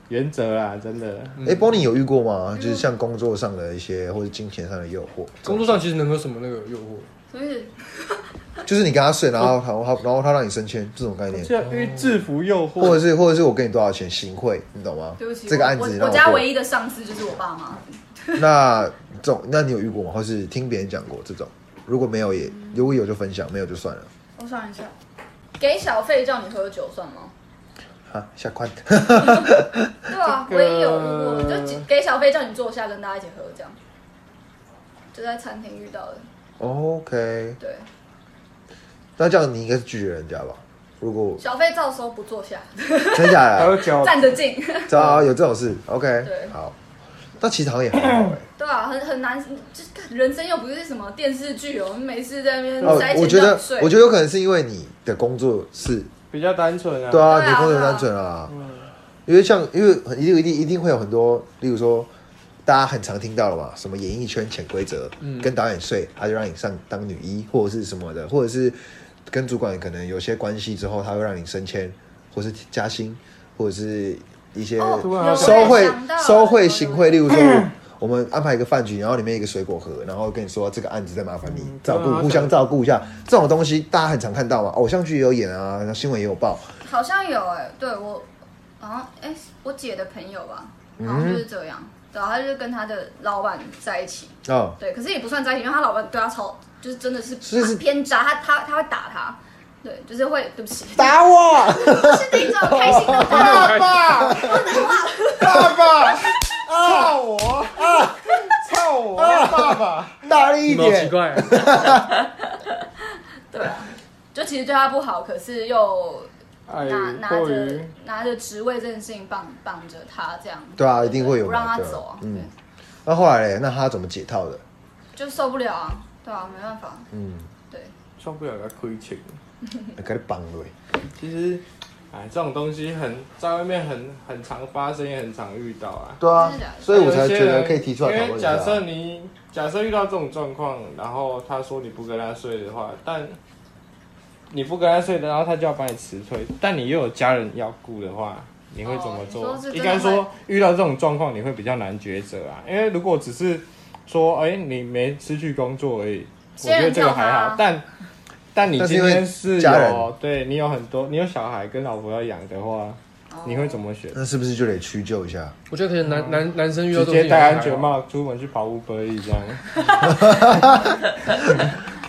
S2: 原则啦，真的。
S4: 嗯
S3: 哎、b o n n i e 有遇过吗？就是像工作上的一些或者金钱上的诱惑，
S1: 工作上其实能有什么那个诱惑？
S4: 什么意思？
S3: 就是你跟他睡，然后他他然后他让你升迁，这种概念，
S2: 这因为制服诱
S3: 或
S2: 惑，
S3: 者是或者是我给你多少钱行贿，你懂吗？
S4: 对不起，
S3: 这个案子
S4: 我
S3: 让
S4: 我
S3: 我
S4: 我家
S3: 过
S4: 唯一的上司就是我爸妈，
S3: 那这种，那你有遇过吗？或是听别人讲过这种？如果没有也，如果有就分享，没有就算了。
S4: 我想一下，给小费叫你喝酒算吗？
S3: 哈，下宽，
S4: 对啊，
S2: 这
S4: 我
S2: 个
S4: 也有遇过，就给小费叫你坐下跟大家一起喝这样，就在餐厅遇到的，
S3: OK，
S4: 对，
S3: 那这样你应该是拒绝人家吧？如果
S4: 小费照收不坐下，
S3: 真假
S4: <laughs>
S2: 还有
S3: 的，
S2: 脚
S4: 站着进，
S3: 知道有这种事
S4: 对
S3: ，OK，好。那其实好像也还好哎、
S4: <laughs> 对啊，很很难，就是人生又不是什么电视剧哦，没事在那边
S3: 哦
S4: 塞，
S3: 我
S4: 钱
S3: 觉
S4: 让
S3: 得
S4: <coughs> 你睡，，
S3: 我觉得有可能是因为你的工作是
S2: 比较单纯啊。
S3: 对
S4: 对
S3: 啊，
S4: 啊
S3: 你工
S4: 对
S3: 作
S4: 啊
S3: 单纯啊，因为像因为很一定一定一定会有很多，例如说大家很常听到的嘛，什么演艺圈潜规则，
S2: 嗯
S3: 跟导演睡，他就让你上当女一或者是什么的，或者是跟主管可能有些关系之后，他会让你升迁，或是加薪，或者是一些
S4: 哦
S2: 突然
S3: 收
S4: 有
S3: 贿
S4: 想到
S3: 收贿行贿，例
S4: 有
S3: 如说我。我们安排一个饭局，然后里面一个水果盒，然后跟你说这个案子再麻烦你
S2: 嗯
S3: 照
S2: 对
S3: 顾，
S2: 啊
S3: 互相照顾一下。这种东西大家很常看到嘛，偶像剧也有演啊，然后新闻也有报。
S4: 好像有哎、对我，好像哎、我姐的朋友吧，好像就是这
S3: 嗯
S4: 样，对啊，她就是跟她的老板在一起，
S3: 哦，
S4: 对，可是也不算在一起，因为她老板对她超，就是真的是
S3: 所以是
S4: 偏渣，她她她会打她，对，就是会，对
S3: <laughs>
S4: 不起，
S3: 打我！
S4: 是那种开心的打，
S2: 爸，爸爸，操我，操哦我，爸爸，
S3: 大力
S1: 你
S3: 一
S1: 们好奇
S3: 点。
S1: 怪啊，
S4: 对啊，就其实对她不好，可是又
S2: 哎
S4: <laughs> 拿拿
S2: 过
S4: 着
S2: 于
S4: 拿着职位这件事情绑绑着她这样，
S3: 对啊，一定会有
S4: 不
S3: 嘛
S4: 让她
S3: 对啊
S4: 走啊，对
S3: 嗯，，那后来嘞，那他怎么解套的？
S4: 就受不了啊，对啊，没办法，
S3: 嗯，
S4: 对。
S2: 受不了要亏钱。
S3: 给你绑了。
S2: 其实，哎，这种东西很在外面很很常发生，也很常遇到啊。
S3: 对啊
S4: 真的假的，
S3: 所以我才觉得可以提出来讨
S2: 因为
S3: 论一
S2: 假设
S3: 下。啊
S2: 你假设遇到这种状况，然后他说你不跟他睡的话，但你不跟他睡的，然后他就要把你辞退，但你又有家人要顾的话。你会怎么做？
S4: 哦你说是真的
S2: 应该
S4: 会
S2: 说，遇到这种状况，你会比较难抉择啊。因为如果只是说，哎、你没失去工作而已，我觉得这个还好。
S4: 仙
S2: 但但你
S3: 但是
S2: 今
S3: 因为
S2: 天是
S3: 家人
S2: 有，对你有很多，你有小孩跟老婆要养的话，
S4: 哦
S2: 你会怎么选？
S3: 那是不是就得屈就一下？
S1: 我觉得可能男男男生遇到
S2: 直
S1: 这种事
S2: 接
S1: 情
S2: 戴
S3: 啊
S1: 还好
S2: 安全，帽出门去跑乌波一这样。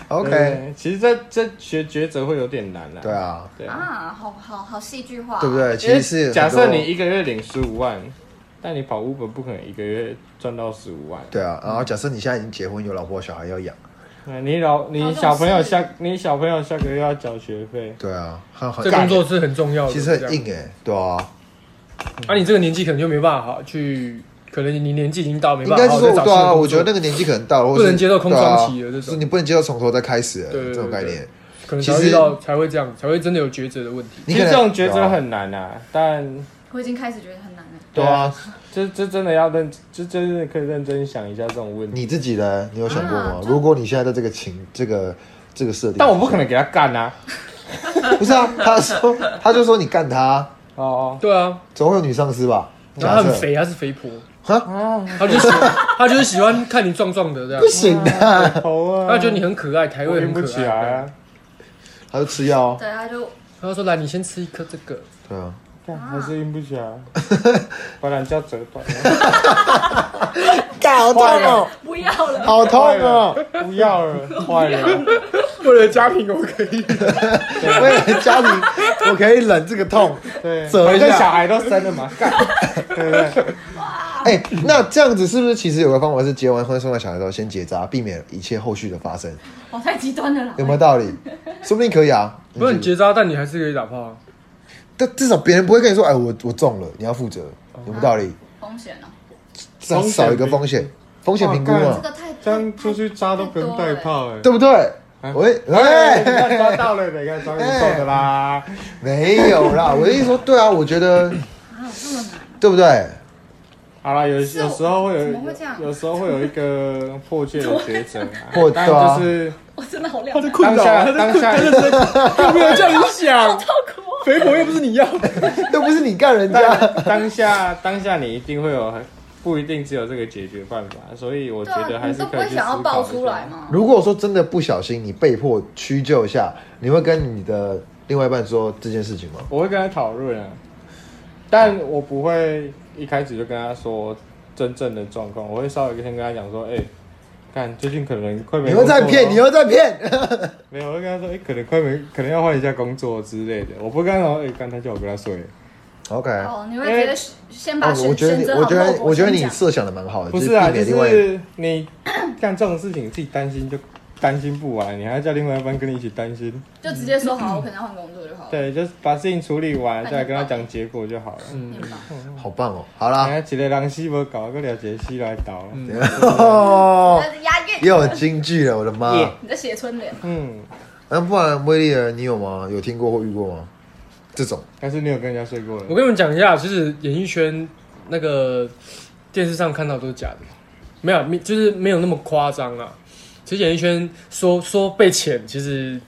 S3: OK，
S2: 对其实这这抉抉择会有点难啦。
S3: 对，啊，
S2: 对啊，
S4: 啊，好好好戏剧化，啊
S3: 对不？对？其
S2: 因为
S3: 实是
S2: 假
S3: 很多
S2: 设你一个月领十五万，但你跑 Uber 不可能一个月赚到十五万。
S3: 对啊，然后假设你现在已经结婚，有老婆小孩要养，
S2: 那你老
S4: 好
S2: 你
S4: 像
S2: 小朋友
S4: 是
S2: 下你小朋友下个月要缴学费，
S3: 对啊，很很
S1: 这工作是很重要的，
S3: 其实
S1: 这
S3: 很
S1: 样
S3: 硬哎，对啊，
S1: 啊，你这个年纪可能就没办法去，可能你年纪已经到没
S3: 应
S1: 办法
S3: 该
S1: 好
S3: 是
S1: 好
S3: 说
S1: 再找
S3: 对
S1: 新的
S3: 啊，
S1: 工
S3: 我觉得那
S1: 作
S3: 个年纪可能到了，或
S1: 不
S3: 是
S1: 能接受空窗期了
S3: 对
S1: 这
S3: 啊
S1: 种
S3: 是你不能接受从头再开始了
S1: 对对
S3: 这种概
S1: 对
S3: 念，
S1: 可能才
S3: 其
S1: 会
S3: 实
S1: 遇到才会这样，才会真的有抉择的问题。
S3: 你
S2: 其
S3: 可
S2: 实
S3: 能
S2: 这种抉
S3: 对
S2: 择
S3: 啊
S2: 很难啊。但
S4: 我已经开始觉得很难了。
S3: 对啊，
S2: 这这这真的要认，这真的可以认真想一下这种问题。
S3: 你自己呢？你有想过吗
S4: 啊？就
S3: 如果你现在的这个情这个这个设定，
S2: 但我不可能给他干啊！
S3: 不是啊，他说他就说你干他，<laughs>
S2: 哦哦，
S1: 对啊，
S3: 总会有女上司吧？
S1: 然后
S3: 假
S1: 他
S3: 设
S1: 很，肥，他是肥婆，
S3: 哈，
S1: 他就喜
S3: <laughs>
S1: 他就是喜欢看你壮壮的这样
S3: 不，行的，
S2: 头啊！
S1: 他觉得你很可爱，台
S2: 我
S1: 味
S2: 硬
S1: 很
S2: 不
S1: 可
S2: 起来
S1: 爱。
S2: 啊！
S3: 他就吃药哦，
S4: 对，他就
S1: 他说来，你先吃一颗这个，
S3: 对啊，
S2: 干还是硬不
S3: <laughs>
S2: 起来，啊把懒觉折断了。
S3: 干好痛哦，
S4: 不要
S3: <laughs>
S4: 了。
S3: 好痛
S2: 坏
S3: 哦，
S2: 了，不要了，
S1: <laughs>
S2: 坏了，
S1: 为了家庭我可 <laughs> 以。
S3: 为了家庭，我可以忍这个痛。
S2: 对，
S3: 折一
S2: 反
S3: 下
S2: 正小孩都生了嘛，干，对不对？
S3: 哎、那这样子是不是其实有个方法是结完婚生完小孩之后先结扎，避免一切后续的发生？
S4: 我哦太极端了啦。
S3: 有没有道 <laughs> 理？说不定可以啊。
S1: 不是你结扎，但你还是可以打炮啊。 <laughs>
S3: 但至少别人不会跟你说，哎，我我中了，你要负责，有没有道理？
S4: 风险哦，
S3: 至少少一个风险，风险评估
S2: 哇
S4: 这
S3: 嘛，
S4: 个太
S2: 这样出去扎都不用带。炮哎。
S3: 对不对？喂，
S2: 哎，
S3: 哎，
S2: 你抓到了，每个人抓你送的啦。
S3: 没有啦，我的意思说，对啊，我觉得，
S4: 啊
S3: 对不对？
S2: 好了，有有
S4: 是我
S2: 时候会有
S4: 怎么会这样
S2: 有时候会有一个迫切的抉择啊，
S1: <laughs>
S3: 迫
S2: 但
S3: 对啊
S2: 就是
S4: 我真的好
S1: 他，在
S4: 亮
S2: 当
S1: 困扰啊，
S2: 下
S1: 他在
S2: 当
S1: 困
S2: 下，
S1: 又没有叫你想，肥婆又不是你要的。
S3: 又不是你干人家，
S2: 但当下当下你一定会有很不一定只有这个解决办法，所以我
S4: 对
S2: 觉
S4: 啊
S2: 得，还
S4: 你
S2: 是
S4: 都不
S2: 可以
S4: 会
S2: 去
S4: 想要
S2: 思
S4: 爆
S2: 考一
S4: 出
S2: 下
S4: 来？吗？
S3: 如果说真的不小心你被迫屈就一下，你会跟你的另外一半说这件事情吗？
S2: 我会跟他讨论啊，但我不会一开始就跟他说真正的状况，我会稍微先跟他讲说，哎、看最近可能快没
S3: 你又在骗，
S2: 工
S3: 你
S2: 作
S3: 又
S2: 了
S3: 在骗。
S2: 没有，我会跟他说，哎、可能快没，可能要换一下工作之类的。我不会跟他说，哎、刚才叫我跟他睡，
S3: OK，
S4: 哦，你会直接先把
S3: 哎哦我
S4: 选
S3: 觉得你
S4: 选，择
S3: 我
S4: 好
S3: 觉
S4: 后
S3: 得，
S4: 果
S3: 我觉得
S4: 先
S3: 你
S4: 讲。
S3: 设想的蛮好的，
S2: 不
S3: 是
S2: 是
S3: 避
S2: 啊，就
S3: 免另外一
S2: 是你干这种事情自己担心就担心不完，你还要叫另外一半跟你一起担心。
S4: 就直接说好，我可能要换工作就好了。
S2: 对，就是把事情处理完，
S4: 那你
S2: 再来跟他讲结果就好了。嗯，
S4: 你吧
S3: 好棒哦！好啦，
S2: 哎，一个人死无搞，个了解死来倒。
S3: 嗯哦，
S4: 那是押韵，
S3: 又有京剧了，我的妈！
S2: Yeah
S4: 你在写春联。
S2: 嗯，
S3: 那不然威利尔，你有吗？有听过或遇过吗？这种
S2: 但是你有跟人家睡过了
S1: 我？跟你们讲一下，其实演艺圈那个电视上看到都是假的，没有，没就是没有那么夸张啊。其实演艺圈说说被潜，其实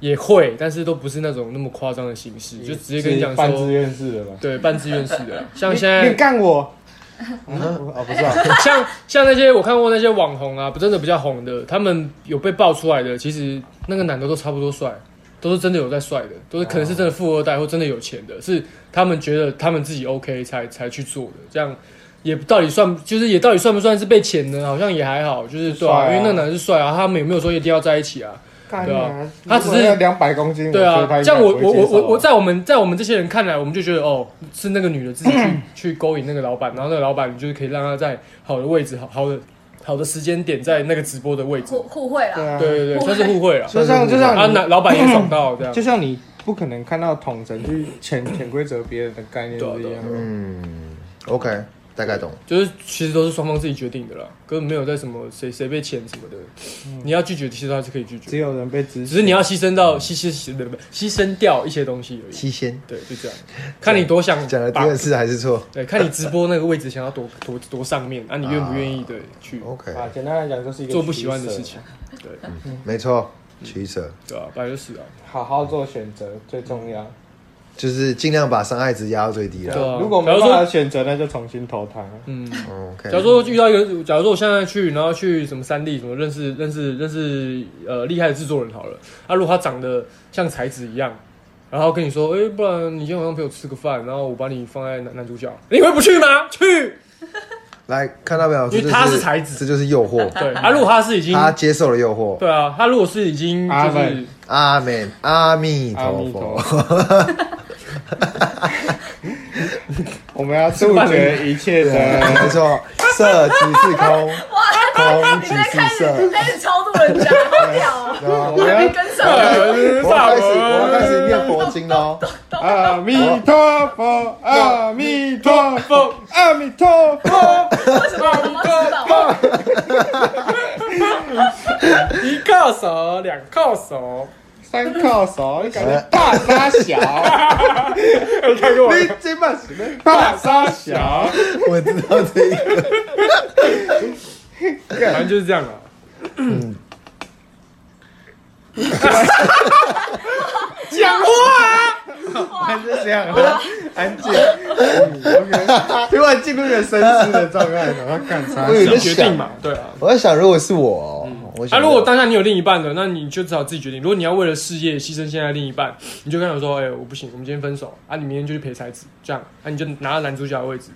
S1: 也会，但是都不是那种那么夸张的形式，就直接跟你讲
S2: 是半自
S1: 说，
S2: 愿式的吧？
S1: 对，半自愿式的啊，像现
S2: 你
S1: 在
S2: 干我？哦，不是啊，
S1: <laughs> 像像那些我看过那些网红啊，不真的比较红的，他们有被爆出来的，其实那个男的都差不多帅，都是真的有在帅的，都是可能是真的富二代或真的有钱的，是他们觉得他们自己 OK 才才去做的，这样也到底算就是也到底算不算是被钱呢？好像也还好，就是对啊，
S2: 帅啊
S1: 因为那个男的是帅啊，他们也没有说一定要在一起啊，
S2: 干
S1: 对
S2: 啊
S1: 啊！他只是
S2: 两百公斤，
S1: 对
S2: 觉得他
S1: 啊，
S2: 应该
S1: 这样我
S2: 不会
S1: 我我
S2: 接受啊
S1: 我我在我们在我们这些人看来，我们就觉得哦，是那个女的自己 <clears throat> 去去勾引那个老板，然后那个老板就是可以让她在好的位置、好好的好的时间点，在那个直播的位置
S4: 互。互惠啦，
S2: 啊
S1: 对对对，算是互惠了。
S2: 就像就
S1: 啊，
S2: 像
S1: 那
S2: 你
S1: 老板也爽 <clears throat> 到这样
S2: 就。像你不可能看到统神去潜潜规则别人的概念
S1: 啊
S2: 是一样的。
S3: 嗯 OK，大概懂。
S1: 就是其实都是双方自己决定的啦，根本没有在什么谁谁被钱什么的。
S2: 嗯
S1: 你要拒绝，其实还是可以拒
S2: 只
S1: 绝，
S2: 有人被指，
S1: 只是你要牺牲到牺牺牺不不牺牲掉一些东西而已。
S3: 七仙
S1: 对，就这样。看你多想
S3: 讲的第
S1: 把
S3: 二次还是错。
S1: 对，看你直播那个位置想要多多多上面啊，你愿不愿意对去
S3: OK，
S2: 啊，简单来讲就是一个
S1: 做不喜欢的
S2: 取舍
S1: 事情，对
S3: 没错，取舍
S1: 对啊，本来就是啊，
S2: 好好做选择最重要。
S3: 就是尽量把伤害值压到最低
S1: 对
S3: 了。
S1: 啊
S2: 如果没
S1: 假如
S2: 办
S1: 说
S2: 法选择，那就重新投胎。
S1: 嗯，
S3: OK，
S1: 假如说遇到一个，假如说我现在去，然后去什么三 D 什么认识认识认识呃厉害的制作人好了，啊，如果他长得像才子一样。然后跟你说，哎、不然你今天晚上陪我吃个饭，然后我把你放在男男主角，你会不去吗？去。
S3: 来看到没有？
S1: 因为
S3: 这就
S1: 他是才子
S3: 这就是诱惑。
S1: 对，啊，如果他是已经，
S3: 他接受了诱惑。
S1: 对啊，他如果是已经
S2: 阿
S1: 就
S2: 文
S1: 是，
S3: 阿门，阿弥
S2: 阿
S3: 陀
S2: 弥陀
S3: 佛。
S2: 佛。我们要杜绝一切的，
S3: <laughs> 没错，色即是
S1: <laughs>
S3: 空，
S4: <laughs>
S3: 空即
S4: 你在开
S3: 是色。
S4: 始开始超度人家，好屌哦！
S2: 我
S4: 还
S3: 啊
S4: 没
S2: 们
S4: 跟上，
S1: 哎
S3: 我要开始，我要开始念佛
S1: <laughs>
S3: 经喽。
S2: 要啊阿弥陀佛，阿弥陀佛，阿弥陀佛。
S4: 为什么我妈知
S3: 啊
S4: 道？
S1: 一靠手，两靠手，
S2: 三靠手，你感觉
S3: 哎
S2: 大沙
S3: <laughs>
S2: 小，
S1: 看给我
S2: 你这把什么大沙小？
S3: 我知道这一个，
S1: 反正就是这样啊。
S2: 还是这样，啊安
S3: <laughs>
S2: 静。嗯 OK，突然进入一个深思的状态，然后干啥
S3: 我？有在
S1: 决定嘛
S3: 想，，
S1: 对啊。
S3: 我在想，如果是我哦，我
S1: 啊，
S3: 想
S1: 如果当下你有另一半的，那你就只好自己决定。如果你要为了事业牺牲现在的另一半，你就跟他说：“哎、我不行，我们今天分手啊，你明天就去陪才子，这样啊，你就拿到男主角的位置。”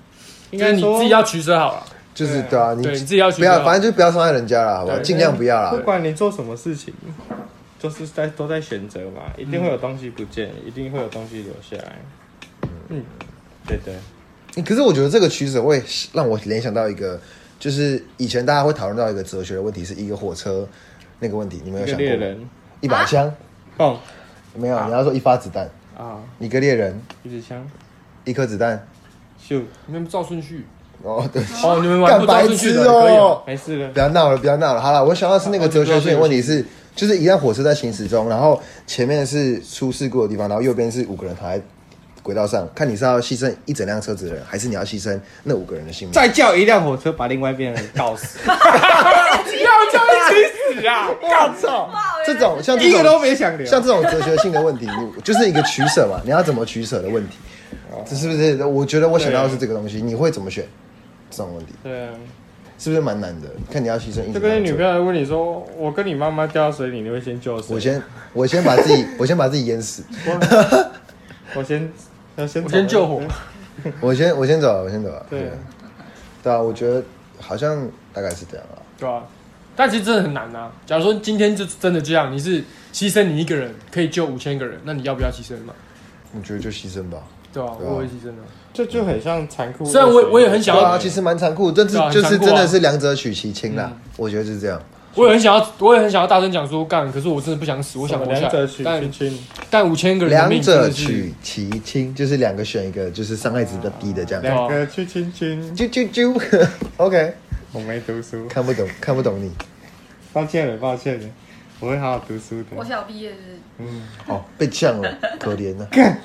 S1: 应该你
S2: 说
S1: 自己要取舍好了，
S3: 就是对啊，你
S1: 对，你自己要取
S3: 不
S1: 舍
S3: 要，
S1: 好。
S3: 反正就不要伤害人家啦，好不好？
S1: 对
S3: 尽量不要啦
S2: 不。管你做什么事情，就是在都在选择嘛，一定会有东西不见，
S3: 嗯
S2: 一定会有东西留下来。嗯，对对，
S3: 欸可是我觉得这个取舍会让我联想到一个，就是以前大家会讨论到一个哲学的问题，是一个火车那个问题，你们有
S2: 一个
S3: 想
S2: 猎
S3: 过？
S2: 人
S3: 一
S1: 啊
S3: 把枪
S2: 棒
S3: 没有？你要说一发子弹，
S2: 啊，
S3: 一个猎人，
S2: 一支枪
S3: 一颗子弹。
S2: 秀，
S1: 你们照顺序
S3: 哦，对，
S1: 哦，你们玩
S3: 干
S1: 不照
S3: 白
S1: 顺序
S3: 痴
S1: 的可以啊。
S3: 哦！
S2: 没事了
S3: 不。要闹了，不要闹了。好了，我想到是那个哲学性的问题是，就是一辆火车在行驶中，然后前面是出事故的地方，然后右边是五个人躺在轨道上，看你是要牺牲一整辆车子的人，还是你要牺牲那五个人的性命？
S2: 再叫一辆火车把另外一边人告死，
S1: 要叫一起死啊！
S3: 我操！这种像这
S2: 一个
S3: 种
S2: 都别想留。
S3: 像这种哲学性的问题，你就是一个取舍嘛，你要怎么取舍的问题，这是不是？我觉得我想到的是这个东西，你会怎么选？这种问题
S2: 对啊，
S3: 是不是蛮难的？看你要牺牲一
S2: 就跟你女朋
S3: 友，
S2: 友问你说：“我跟你妈妈掉到水里，你会先救谁？”
S3: 我先我先把自己我先把自己淹死，
S2: 我先要先
S1: 我
S2: 我
S1: 先救火。
S3: 我先我先走了，我先走了。
S2: 对，
S3: 对啊，我觉得好像大概是这样啊。
S1: 对啊，但其实真的很难啊。假如说今天就真的这样，你是牺牲你一个人可以救五千个人，那你要不要牺牲嘛？
S3: 我觉得就牺牲吧。
S1: 对啊，
S3: 对啊
S1: 我会牺牲的。
S2: 这就很像残酷。
S1: 虽然我我也很想
S3: 对
S1: 要
S3: 啊，其实蛮残酷，但是
S1: 对啊很嗯
S3: 就是
S1: 残酷啊
S3: 真的是两者取其轻啦。我觉得是这样。
S1: 我也很想要，我也很想要大声讲说干，可是我真的不想死，我
S2: 我
S1: 想活下
S2: 两者
S1: 来
S2: 取。
S1: 但
S2: 亲亲，
S1: 但五千个人的
S3: 两
S1: 命真
S3: 者
S1: 的是
S3: 取其轻，就是两个选一个，就是伤害值比较低的这样。
S1: 哦啊
S2: 两个呃去亲亲。
S3: 啾啾啾 <laughs> ，OK，
S2: 我没读书，
S3: 看不懂，看不懂你。
S2: 抱歉了，抱歉了，我会好好读书
S4: 我
S2: 的。
S4: 小毕业就是
S3: 哦，被呛
S1: <laughs>
S3: 了，可怜呐、啊。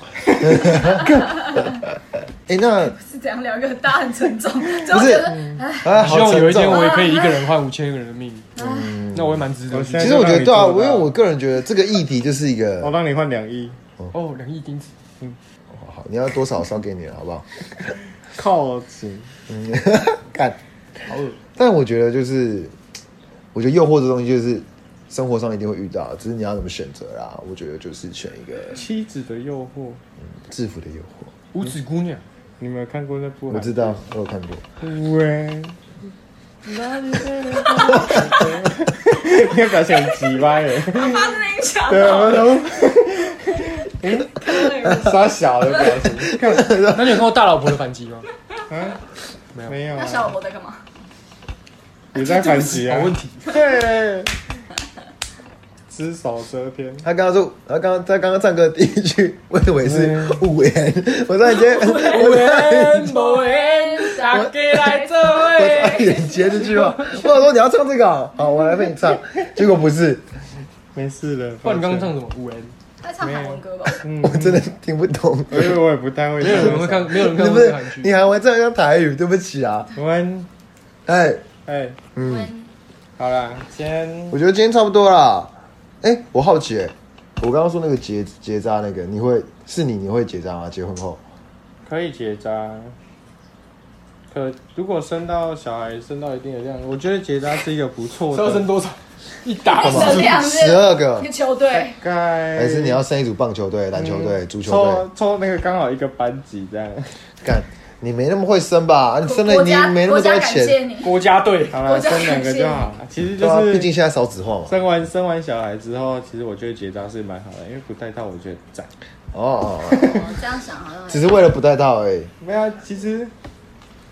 S3: <laughs> 哎、那
S4: 是怎样聊一个大很沉重，就
S3: 不是
S4: 觉得哎，
S3: 啊，
S1: 希
S3: 好
S1: 望有一
S3: 沉
S1: 天
S3: 重
S1: 我
S3: 啊。
S1: 也可以一个人换五千个人的命，那我也蛮值得
S2: 我
S1: 的。
S2: 现在
S3: 其实我觉得对啊，
S2: 就让你
S3: 我
S2: 做到
S3: 因为我个人觉得这个议题就是一个
S2: 我，让你换两亿，
S1: 哦，两亿金子，
S3: 好好你要多少烧给你了，好不好？
S2: 靠近。
S3: 干，
S1: 好恶。
S3: 但我觉得就是，我觉得诱惑这东西就是生活上一定会遇到，只是你要怎么选择啦。我觉得就是选一个
S2: 妻子的诱惑，
S3: 制服的诱惑。
S1: 五指姑娘，
S2: 你没有看过那部？
S3: 我知。道，我有看过。
S2: 喂。你的表情很奇怪耶，
S4: 发生影响
S3: 啊
S2: 对，我都
S4: 那个人
S2: 傻小的表情，
S1: <laughs> 那你有看过大老婆的反击吗？
S2: 没有
S4: 那
S2: 啊，
S4: 小老婆在干嘛？
S2: 你在反击啊
S1: 好？问 <laughs> 题，
S2: 对，只手遮天，
S3: 他刚刚说，他刚刚他刚刚唱歌的第一句，我以为是五元，我突然间，我突然间，
S1: 不缘，哎大家来做
S3: 我突然间接这句话，我想说你要唱这个啊，好，我来陪你唱，结果不是，
S2: 没事的。
S1: 不然你刚刚唱
S2: 抱
S1: 什么？五 N？
S4: 在唱韩文歌吧？
S2: 嗯
S3: 我真的听不懂，
S2: 歉，因为我也不太会。
S1: 没有人会，看，没有人
S3: <laughs> 你
S1: 看
S3: 不
S1: 过这
S3: 是
S1: 个韩
S3: 你
S1: 剧。
S3: 还会这样台语，对不起啊，
S2: 我们
S3: 哎，
S2: 哎，
S3: 嗯，
S2: 好啦，先
S3: 我觉得今天差不多啦，哎，我好奇，哎，我刚刚说那个结结扎那个，你会是你你会结扎吗？结婚后，
S2: 可以结扎。可如果生到小孩生到一定的量，我觉得结扎是一个不错
S1: 要生
S2: 的。
S1: 多少？一打
S4: 哎，是两是
S3: 十二个
S4: 一，个嗯球队，
S2: 该
S3: 还是你要生一组棒球队、篮球队、
S4: 嗯
S3: 足球队？
S2: 抽抽那个刚好一个班级
S3: <laughs>
S2: 这样。
S3: 干，你没那么会生吧？啊你生了
S4: 国
S3: 你
S4: 家
S3: 没那么
S4: 国家
S3: 多
S4: 感谢
S3: 钱，
S4: 你，
S1: 国家队，
S2: 好
S4: 我
S2: 了，
S4: 就
S2: 生两个就好了。其实
S3: 对啊，毕
S2: 就
S3: 竟
S2: 是
S3: 现在少子化嘛。
S2: 生完生完小孩之后，其实我觉得结扎是蛮好的，因为不带套我觉得赞。
S3: 哦哦，哦
S4: 哦这样想好像
S3: 只是为了不带套而已。
S2: 没有啊，其实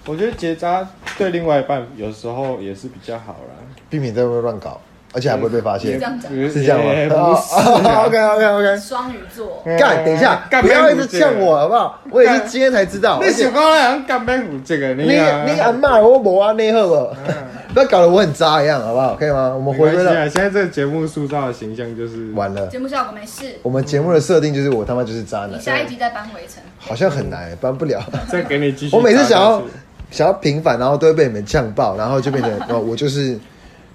S2: 我觉得结扎对另外一半有时候也是比较好啦。
S3: 避免在外面乱搞，而且还不会被发现
S4: 是这，样讲。
S3: 是这样
S2: 也
S3: 吗？
S2: 哎
S3: 哦
S2: 不是啊
S3: OK OK OK。
S4: 双鱼座，
S3: 干，等一下，
S2: 干
S3: 不要一直
S2: 干
S3: 呛我好不好？我也是
S2: 干
S3: 今天才知道。
S2: 你
S3: 而且
S2: 喜欢人干杯虎这个，
S3: 你
S2: 你啊
S3: 你阿骂我我啊内好不好？ <laughs> 不要搞得我很渣一样好不好？可以吗？我们
S2: 嗯
S3: 回
S2: 没关
S3: 归
S2: 系
S3: 到
S2: 啊！现在这个节目塑造的形象就是
S3: 完了。
S4: 节目效果没事，
S3: 我们节目的设定就是我他妈就是渣
S4: 你
S3: 男，
S4: 下一集再搬回城。
S3: 好像很难，搬
S2: <laughs>
S3: 不了。
S2: 再给你继续。
S3: 我每次想要想要平反，然后都会被你们呛爆，然后就变
S2: <laughs>
S3: 成哦，我就是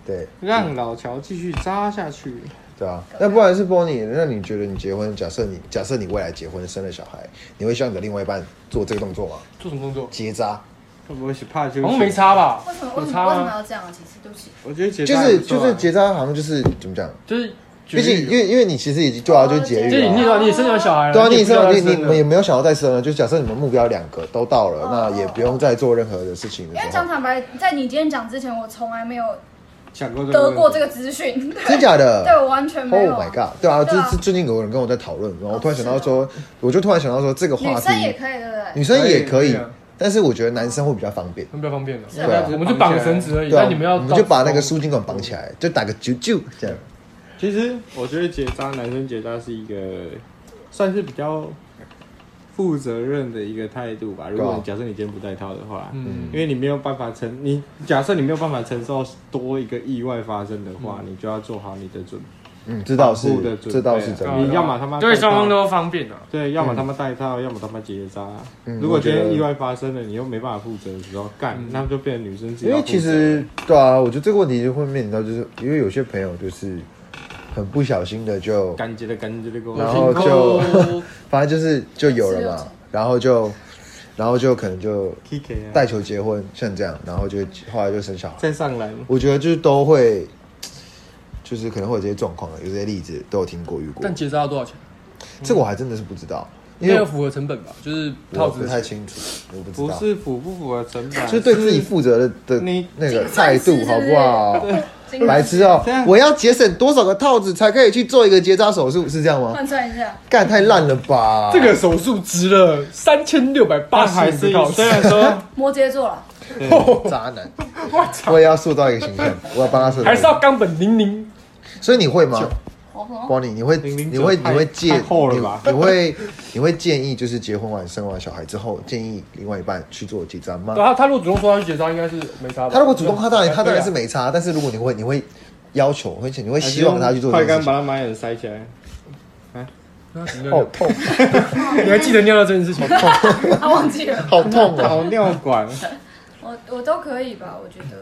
S3: 对
S2: 让老乔继续扎下去，
S3: 对啊。那不然是波尼，那你觉得你结婚，假设你假设你未来结婚生了小孩，你会希望你的另外一半做这个动作吗？
S1: 做什么工作？
S3: 结扎，
S2: 会不会是怕就
S1: 好像没。差吧？
S4: 为什么为
S1: 有
S4: 什
S1: 差
S4: 么为什么
S1: 吗？
S4: 要这样啊？其实对不起，
S2: 我觉得结
S3: 就
S2: 扎还
S3: 是
S2: 不错啊
S3: 就是结扎，好像就是怎么讲？
S1: 就是绝
S3: 毕竟
S1: 育
S3: 因为因为你其实已经对啊，
S4: 哦
S3: 就是节
S1: 就是
S3: 育
S1: 你
S3: 啊
S1: 你。你也生完小孩了，
S3: 对啊，你
S1: 也
S3: 也
S1: 不知
S3: 生
S1: 道
S3: 完，你
S1: 要
S3: 你
S1: 生
S3: 们
S1: 了
S3: 也没有想要再生了，就假设你们目标两个都到了，那也不用再做任何的事情
S4: 因
S3: 的
S4: 为
S3: 时候
S4: 讲，坦白，在你今天讲之前，我从来没有
S2: 想过
S4: 得过这
S2: 个
S4: 个资讯，
S3: 真假的？
S4: <laughs> 对我完全
S3: Oh
S4: 没有
S3: my
S4: 啊。
S3: god！对啊，
S4: 对啊
S3: 这是最近有人跟我在讨论，然后
S4: 哦
S3: 突然想到
S4: 是哦
S3: 说，我就突然想到说这个
S4: 女
S3: 话题，
S4: 生也可以，对不对？
S3: 女生也可以
S2: 可以啊，
S3: 但是我觉得男生会比较方便。
S1: 很比较方便的。
S4: 是
S3: 对啊
S1: 我们就绑绳子而已，
S3: 对啊，
S1: 但你们要
S3: 我们就把那个输精管绑起来，就打个啾啾这样。
S2: 其实我觉得结扎，男生结扎是一个算是比较负责任的一个态度
S3: 啊
S2: 吧。如果你假设你今天不戴套的话，
S1: 嗯
S2: 因为你没有办法承，你假设你没有办法承受多一个意外发生的话，你就要做好你的准
S3: 嗯，这倒
S2: 保护的
S3: 是，
S2: 准备啊
S3: 这倒是真
S1: 对
S3: 的
S1: 啊。
S2: 你要么他妈
S1: 对
S2: 戴套
S1: 双方都方便啊。
S2: 对，要么他妈戴套，要么他妈结扎。
S3: 嗯
S2: 如果
S3: 我觉
S2: 今天
S3: 得嗯
S2: 意外发生了，你又没办法负责的时候，干，那就变成女生自己
S3: 因
S2: 要
S3: 为
S2: 负责
S3: 其实对啊，我觉得这个问题就会面临到，就是因为有些朋友就是很不小心的就，
S2: 干结的干结的给我，
S3: 然后就反正就是就有了
S4: 是有
S3: 嘛
S4: 钱，
S3: 然后就然后就可能就
S2: PK 啊，
S3: 带球结婚，像这样，然后就后来就生小孩。
S2: 再上来，
S3: 我觉得就是都会，就是可能会有这些状况，有这些例子都有听过遇过
S1: 但。结扎要多少钱？
S3: 这个我还真的是不知道，因
S1: 因为
S3: 为
S1: 符合成本吧，就是啊
S3: 我
S1: 套
S3: 不
S1: 子
S3: 太清楚，我不知
S2: 不
S3: 道。
S2: 是符不符合成本，
S3: 就是对自己负责的的
S2: 你
S3: 那个态度好不好？
S4: 精神
S3: 白痴哦
S2: 这样！
S3: 我要节省多少个套子才可以去做一个结扎手术？是这样吗？
S4: 换算一下，
S3: 干太烂了吧！
S1: 这个手术值了三千六百八
S2: 但
S1: 十
S2: 还是
S1: 五
S2: 虽然说
S4: 摩羯座了，
S3: <laughs> 渣男，我也要塑造一个形 <laughs> 象，我要帮他塑造
S1: 还
S3: 一
S1: 是要
S3: 个。
S1: 冈本零零。
S3: 所以你会吗？ <laughs>
S4: 我什么？
S3: 光你你会
S2: 009
S3: 你会你
S2: 太
S3: 会建
S2: 太厚了
S3: 你
S2: 吧
S3: <laughs> 你会你会建议就是结婚完生完小孩之后，建议另外一半去做结扎吗
S1: 对？他他如果主动说他去结扎，应该是没差吧？
S3: 他如果主动，他当然他当然是
S1: 对啊。
S3: 没差，但是如果你会你会要求，而且你会希望他去做
S2: 快
S3: 这件
S2: 干
S3: 事
S2: 把
S3: 情，
S2: 他马眼塞起来，
S3: 好痛，
S1: 你还记得尿尿这件事情？
S3: 哦
S4: 啊，忘记了，
S3: <laughs> 好痛哦！
S2: 导尿管，
S4: 我我都可以吧，我觉得。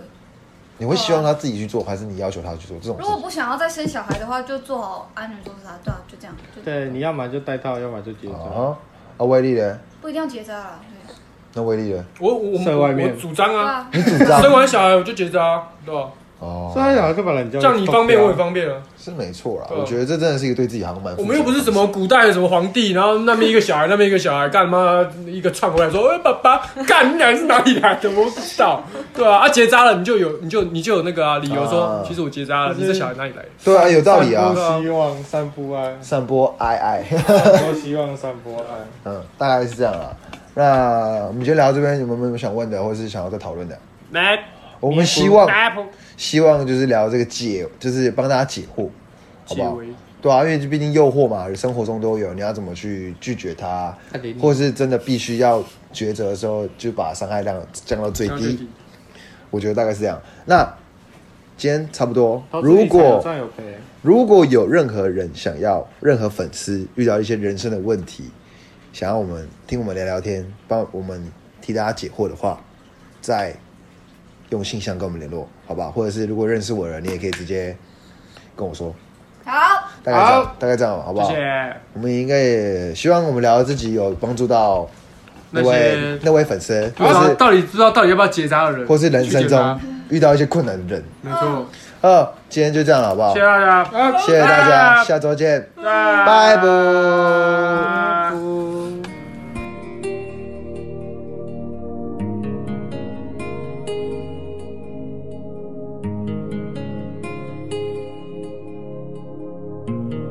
S3: 你会希望他自己去做，还是你要求他去做这种
S4: 如
S3: 事
S4: 果
S3: 情？
S4: 不想要再生小孩的话，就做好安全措施啊，对啊，就这样，就
S2: 对，你要么就戴套，要么就结扎，
S3: 啊啊，威力呢？
S4: 不一定要结扎啦，对啊
S3: 那威力呢？
S1: 我我
S2: 在外面
S1: 我主张
S4: 对
S1: 啊，
S4: 啊，
S3: 你主
S1: 生
S3: 张
S1: 完小孩我就结扎，啊对吧？
S3: 哦
S2: 所以，他想就把人家
S1: 这样你方便我也方便啊。
S3: 是没错啦。
S1: 对啊
S3: 我觉得这真的是一个对自己好像蛮……
S1: 我们又不是什么古代的什么皇帝，然后那边一个小孩，那边一个小孩，干嘛一个窜回来说：“哎、爸 <laughs> 爸，干你俩是哪里来的？我不知道。”对啊，啊结扎了你就有你就你就有那个啊理由说，
S3: 啊
S1: 其实我结扎了，
S2: 就是
S1: 你这小孩哪里来的？
S3: 对啊，有道理啊
S2: 散。播希望，散播爱，
S3: 散播爱爱。
S2: 散播希望，散啊播爱。
S3: <laughs> 嗯，大概是这样啦。那我们就聊到这边，有没有什么想问的，或是想要再讨论的？
S1: 来，
S3: 我们希望
S1: 来
S3: 希望就是聊这个解，就是帮大家解惑，好不
S1: 解
S3: 好
S1: 围？
S3: 对啊，因为毕竟诱惑嘛，生活中都有，你要怎么去拒绝它，或是真的必须要抉择的时候，就把伤害量降到最
S1: 这样就
S3: 低。我觉得大概是这样。那今天差不多，
S2: 投资理财
S3: 如
S2: 有
S3: 果
S2: 赚有赔，
S3: 如果有任何人想要，任何粉丝遇到一些人生的问题，想要我们听我们聊聊天，帮我们替大家解惑的话，再用信箱跟我们联络，好吧？或者是如果认识我的人，你也可以直接跟我说，
S4: 好，
S3: 大概这样
S1: 好，
S3: 大概这样，好不好？
S1: 谢谢。
S3: 我们应该也希望我们聊的自己有帮助到那
S1: 那
S3: 位
S1: 些
S3: 那位粉丝，
S1: 不
S3: 或
S1: 知道
S3: 是
S1: 啊到底不知道到底要不要结扎的人，
S3: 或是人
S1: 去
S3: 生
S1: 结扎
S3: 中遇到一些困难的人。
S1: 没错。
S3: 呃，今天就这样了，好不好
S1: 谢谢？大家，
S3: 谢谢大家，下周见，拜拜。
S1: 拜。
S5: Thank